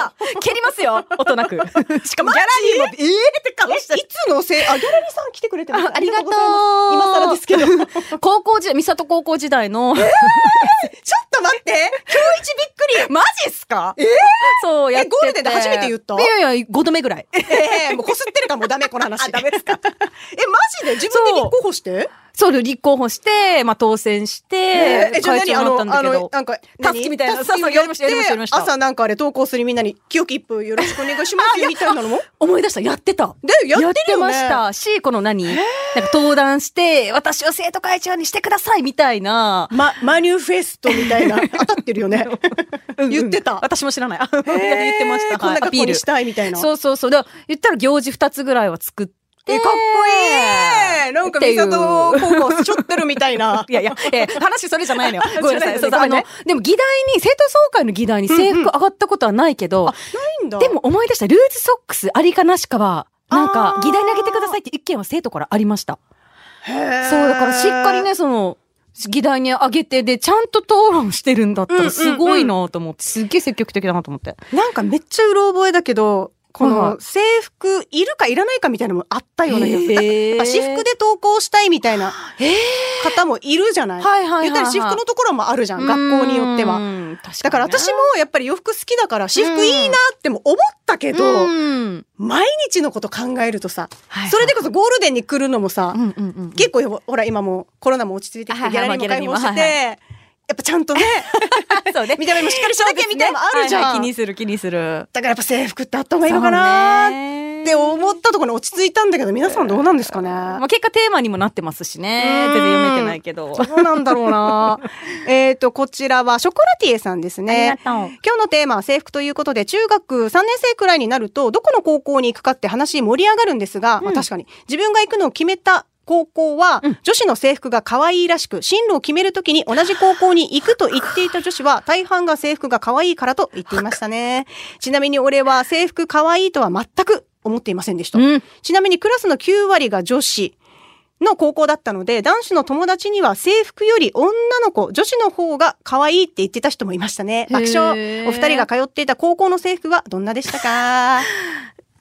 Speaker 6: 蹴りま
Speaker 5: *laughs*
Speaker 6: すよ大人くしかもギャラリーもええって顔して
Speaker 5: えいつのせい、あ、ギャラリーさん来てくれてます。
Speaker 6: ありがとう
Speaker 5: 今更ですけど。
Speaker 6: 高校時代、三郷高校時代の。
Speaker 5: ちょっと待って今日一びっくり
Speaker 6: *laughs* マジっすかえそう、やってて。
Speaker 5: ゴールデンで初めて言った
Speaker 6: いやいや、5度目ぐらい。
Speaker 5: ええもうこすってるからもうダメ、この話。あ、ダメですか。え、マジで自分で立候補して
Speaker 6: そうで立候補して、まあ、当選して、
Speaker 5: えじゃあ
Speaker 6: 会
Speaker 5: 何
Speaker 6: 長に
Speaker 5: あ
Speaker 6: なったん
Speaker 5: の、
Speaker 6: だ
Speaker 5: あ
Speaker 6: け
Speaker 5: の
Speaker 6: ど、。
Speaker 5: なんか、
Speaker 6: タスキみたいな
Speaker 5: 何タスキ
Speaker 6: そうそうやりましたやりましたやりました
Speaker 5: 朝なんかあれ投稿するみんなに、清き一風よろしくお願い
Speaker 6: *laughs*
Speaker 5: しますよみたいなのも
Speaker 6: 思い出した、やってた。
Speaker 5: で、やってるよね。
Speaker 6: ましたし、この何なんか登壇して、私を生徒会長にしてくださいみたいな。
Speaker 5: ま、マニュフェストみたいな、当たってるよ *laughs* ね。言ってた。
Speaker 6: 私も知らない。言ってました。
Speaker 5: こんな格好にしたいみたいな。
Speaker 6: そうそうそう。だから言ったら行事二つぐらいは作って。
Speaker 5: えかっこいいなんか、
Speaker 6: って
Speaker 5: 美
Speaker 6: いう
Speaker 5: 里高校しょってるみたいな。
Speaker 6: *laughs* いやいや、えー話それじゃない
Speaker 5: *laughs*
Speaker 6: のよ。ごめんなさい。
Speaker 5: そ
Speaker 6: そうう
Speaker 5: だ
Speaker 6: あ
Speaker 5: よね
Speaker 6: の、でも議題に、生徒総会の議題に制服上がったことはないけど、
Speaker 5: ないんだ。
Speaker 6: で、も思い出した、ルーズソックスありかなしかは、なん
Speaker 5: あ
Speaker 6: か
Speaker 5: ー、
Speaker 6: 議題にあげてくださいって一件は生徒からありました。
Speaker 5: そ
Speaker 6: そう、だからしっかりね、その、議題にあげて、で、ちゃんと討論してるんだった
Speaker 5: うんうんうん
Speaker 6: ら、すごいなと思って、すっげえ積極的だなと思って。
Speaker 5: なんかめっちゃうろ覚えだけど、こ
Speaker 6: はいは
Speaker 5: の制服いるかいらないかみたいなのもあったような気がする。
Speaker 6: へ
Speaker 5: なんか
Speaker 6: ー
Speaker 5: やっぱ私服で投稿したいみたいな
Speaker 6: へー
Speaker 5: 方もいるじゃない。
Speaker 6: はいはいはいはい
Speaker 5: 言ったら私服のところもあるじゃん、学校によって
Speaker 6: う
Speaker 5: は。
Speaker 6: ん。確かにね
Speaker 5: だから私もやっぱり洋服好きだから私服いいなっても思ったけど、
Speaker 6: うん
Speaker 5: 毎日のこと考えるとさ、
Speaker 6: はいはい
Speaker 5: それでこそゴールデンに来るのもさ、
Speaker 6: うんうんうんうん。
Speaker 5: 結構よほら今もうコロナも落ち着いてき
Speaker 6: は
Speaker 5: て
Speaker 6: い
Speaker 5: ギャ
Speaker 6: はい
Speaker 5: ラリーも開放して
Speaker 6: まあギャラリーも
Speaker 5: て、
Speaker 6: は
Speaker 5: やっぱちゃんと
Speaker 6: *laughs*
Speaker 5: ね
Speaker 6: そうね
Speaker 5: 見た目もしっかりしなきゃみたいなのあるじゃん、
Speaker 6: はいはい気にする気にする。
Speaker 5: だからやっぱ制服ってあった方がいいのかなーって思ったところに落ち着いたんだけど皆さんどうなんですかね、
Speaker 6: まあ、結果テーマにもなってますしね。
Speaker 5: うん
Speaker 6: 全然読めてないけど。
Speaker 5: *laughs* どうなんだろうな *laughs* えっとこちらはショコラティエさんですね
Speaker 6: とう。
Speaker 5: 今日のテーマは制服ということで、中学3年生くらいになると、どこの高校に行くかって話盛り上がるんですが、まあ確かに、自分が行くのを決めた高校は、女子の制服が可愛いらしく、進路を決めるときに同じ高校に行くと言っていた女子は、大半が制服が可愛いからと言っていましたね。ちなみに俺は制服可愛いとは全く思っていませんでした。
Speaker 6: うん
Speaker 5: ちなみにクラスの9割が女子。の高校だったので、男子の友達には制服より女の子、女子の方が可愛いって言ってた人もいましたね。爆
Speaker 6: へ
Speaker 5: 笑。
Speaker 6: ー
Speaker 5: お二人が通っていた高校の制服はどんなでしたかあ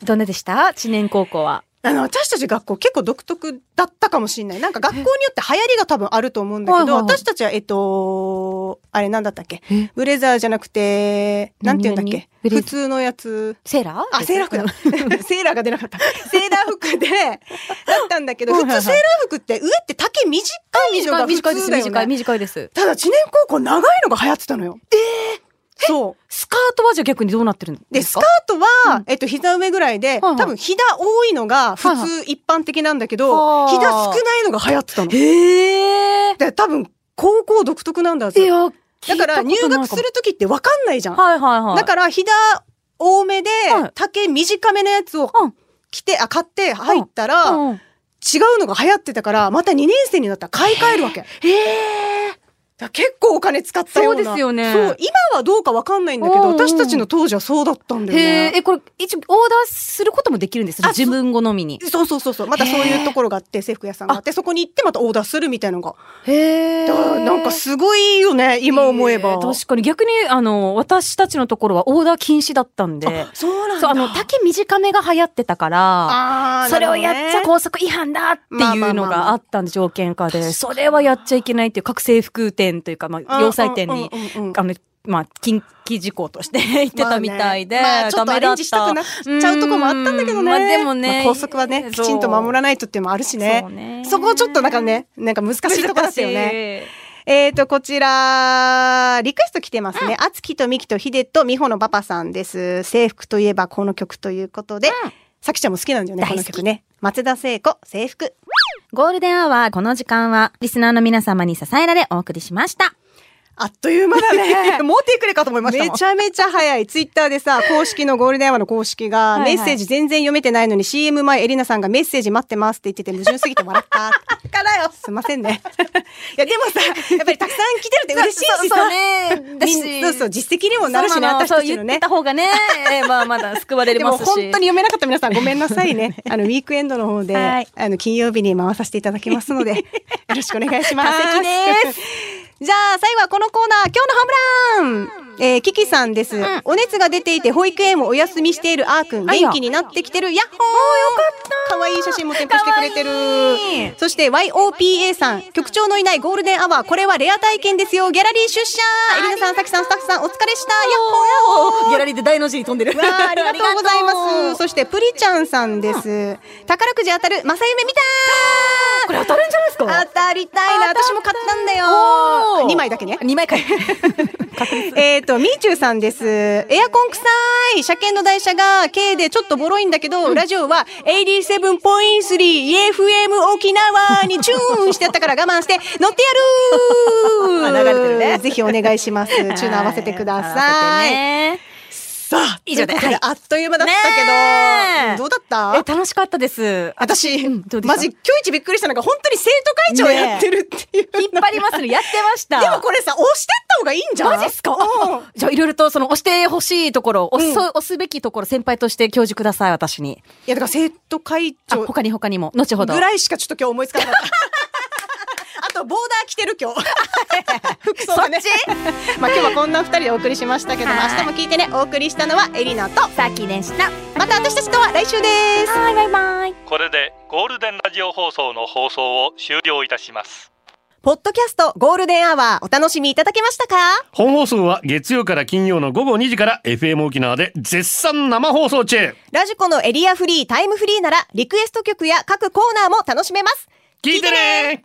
Speaker 6: どんなでした知念高校は。
Speaker 5: の、私たち学校結構独特だったかもしれない。なんか学校によって流行りが多分あると思うんだけ
Speaker 6: はい
Speaker 5: ど、
Speaker 6: はいはい
Speaker 5: 私たちは、えっと、あれなんだったっけブレザーじゃなくて、なんて言うんだっけ
Speaker 6: 何々ブレザ
Speaker 5: 普
Speaker 6: ー
Speaker 5: 通のやつ。
Speaker 6: セーラー
Speaker 5: あ、セーラー服だ。
Speaker 6: *laughs*
Speaker 5: セーラーが出なかった。セーラー服で、だったんだけど、
Speaker 6: はい
Speaker 5: 普
Speaker 6: はいはい
Speaker 5: 通セーラー服って上って丈短いの
Speaker 6: 短
Speaker 5: が
Speaker 6: い、
Speaker 5: 普
Speaker 6: 短いで
Speaker 5: 通
Speaker 6: す、
Speaker 5: だよ
Speaker 6: 短
Speaker 5: ね。
Speaker 6: い、短いです。
Speaker 5: ただ、知念高校長いのが流行ってたのよ。ええそう。
Speaker 6: スカートはじゃあ逆にどうなってるん
Speaker 5: で、
Speaker 6: で
Speaker 5: ス
Speaker 6: す
Speaker 5: カ
Speaker 6: か
Speaker 5: ートは、えっと、膝上ぐらいで、
Speaker 6: はい
Speaker 5: 多分、膝多いのが普
Speaker 6: はい
Speaker 5: 通一般的なんだけど、
Speaker 6: はあ
Speaker 5: 膝少ないのが流行ってたの。
Speaker 6: へえ。
Speaker 5: で、多分、高校独特なんだ
Speaker 6: い
Speaker 5: ぜ。
Speaker 6: や、
Speaker 5: だから、入学す
Speaker 6: 聞い
Speaker 5: るときってわかんないじゃん
Speaker 6: たことないかも。。はいはいはい。
Speaker 5: だから、ひだ多めで
Speaker 6: は、い
Speaker 5: 丈短めのやつを
Speaker 6: うん
Speaker 5: 着て、あ、買って入ったら、違う
Speaker 6: うん
Speaker 5: のが流行ってたから、また2年生になったら買い替えるわけ。だから結構お金使ったような。
Speaker 6: そうですよね
Speaker 5: そう、今はどうかわかんないんだけ
Speaker 6: うん
Speaker 5: ど、
Speaker 6: うん
Speaker 5: 私たちの当時はそうだったんだよ
Speaker 6: へえ、
Speaker 5: ね。
Speaker 6: え、これ、一応、オーダーすることもできるんです
Speaker 5: あ
Speaker 6: 自分好みに。
Speaker 5: そうそうそうそう。またそういうところがあって、制服屋さんがあって、そこに行ってまたオーダーするみたいなのが。
Speaker 6: へえ
Speaker 5: だからなんかすごいよね、今思えば。
Speaker 6: 確かに、逆に、あの、私たちのところはオーダー禁止だったんで。
Speaker 5: そうなん
Speaker 6: そう、あ
Speaker 5: だ。
Speaker 6: の、丈短めが流行ってたから、
Speaker 5: あー
Speaker 6: それをやっちゃ校則違反だっていうのがあったんで、条件下で、それはやっちゃいけないっていう、各制服店というか、まあ、洋裁店に
Speaker 5: うんうんうんうん、
Speaker 6: あの、まあ、近畿事項として *laughs* 言ってたみたいで、
Speaker 5: まあねまあちょっと
Speaker 6: ダ
Speaker 5: ア
Speaker 6: メ
Speaker 5: レ
Speaker 6: だ
Speaker 5: ン
Speaker 6: っ
Speaker 5: ジした
Speaker 6: た
Speaker 5: くなっちゃうとこもあったんだけどね。
Speaker 6: うんまあでもね
Speaker 5: まあ校則はね、き
Speaker 6: そう
Speaker 5: ちんと守らないとっていうのもあるしね
Speaker 6: そう。ね
Speaker 5: そこちょっとなんかね、なんか難しいとこだ
Speaker 6: *laughs*
Speaker 5: ったよね。
Speaker 6: ね。
Speaker 5: えーと、こちら、リクエスト来てますね。あつきとみきとひでとみほのパパさんです。制服といえばこの曲ということで、さきちゃんも好きなんだよね、
Speaker 6: 大
Speaker 5: こ
Speaker 6: 好き
Speaker 5: の曲ね。松田聖子、制服。
Speaker 7: ゴールデンアワー、この時間は、リスナーの皆様に支えられお送りしました。
Speaker 5: あっという間だね。
Speaker 6: もう手くれか *laughs* と思いま
Speaker 5: めちゃめちゃ早い。ツイッターでさ、公式のゴールデンアワーの公式が、
Speaker 6: いは
Speaker 5: メ
Speaker 6: い
Speaker 5: ッセージ全然読めてないのに CM 前エリナさんがメッセージ待ってますって言ってて矛盾すぎて笑った。からよ。すいませんね。 *laughs* いや、でもさ、やっぱりたくさん来てるって嬉しいしさ。
Speaker 6: ね
Speaker 5: みんそうそう、実績にもなるしね、私たちの
Speaker 6: 言っ
Speaker 5: ね
Speaker 6: て。た方がね、えーまあまだ救われ
Speaker 5: で
Speaker 6: ま
Speaker 5: も
Speaker 6: すし。
Speaker 5: 本当に読めなかった皆さんごめんなさいね。あの、ウィークエンドの方で、
Speaker 6: はい
Speaker 5: あの、金曜日に回させていただきますので、よ
Speaker 6: *laughs*
Speaker 5: ろしくお願いします。
Speaker 6: 完璧で
Speaker 5: じゃあ、最後はこのコーナー、今日のホームランえー、キキさんです、お熱が出ていて保育園もお休みしているあーくん
Speaker 10: あいや
Speaker 5: 元気になってきてるやっほーよかったかわいい写真も添付してくれてるそして YOPA さん局長のいないゴールデンアワーこれはレア体験ですよギャラリー出社エリナさんさきさんスタッフさんお疲れしたやっほーやっほー
Speaker 6: ギャラリーで大の字に飛んでる。
Speaker 5: わあありがとうございます。そしてプリちゃんさんです。宝くじ当たる正夢み
Speaker 6: これ当たるんじゃないです
Speaker 5: たい。
Speaker 6: か
Speaker 5: 当たりたいな。私も買ったんだよ。二枚だけね。
Speaker 6: 二枚かい。
Speaker 5: えっとみーちゅうさんです。エアコン臭い。車検の台車が K でちょっとボロいんだけど、ラジオは87.3 FM 沖縄にチューンしてやったから我慢して乗ってやる。流れてるね。ぜひお願いします。 *laughs* チューナー合わせてください。
Speaker 6: ね
Speaker 5: さあ、
Speaker 6: 以上で
Speaker 5: ということあっという間だったけ
Speaker 6: ね
Speaker 5: ど、
Speaker 6: え
Speaker 5: どうだった？
Speaker 6: え、楽しかったです。
Speaker 5: 私、
Speaker 6: うんどうでした
Speaker 5: マジ今日一びっくりしたのが本当に生徒会長やってるっていうのが、
Speaker 6: 引っ張りますね。やってました。
Speaker 5: でもこれさ押してった方がいいんじゃん
Speaker 6: マジっすかあじゃあいろいろとその押してほしいところ、押す、押すべきところ先輩として教授ください、私に。
Speaker 5: いやだから生徒会
Speaker 6: あ、
Speaker 5: 長
Speaker 6: 他に他にも。後ほど。
Speaker 5: ぐらいしかちょっと今日思いつかなか *laughs* った。あとボーダー着てる今 *laughs* 日服装がね *laughs* まあ今日はこんな二人でお送りしましたけども明日も聞いてねお送りしたのはエリナと
Speaker 6: さきでした。
Speaker 5: また私たちとは来週です
Speaker 6: はい、バイバイ。
Speaker 1: これでゴールデンラジオ放送の放送を終了いたします
Speaker 5: ポッドキャストゴールデンアワーお楽しみいただけましたか
Speaker 7: 本放送は月曜から金曜の午後2時から FM 沖縄で絶賛生放送中
Speaker 5: ラジコのエリアフリータイムフリーならリクエスト曲や各コーナーも楽しめます
Speaker 7: 聞いてね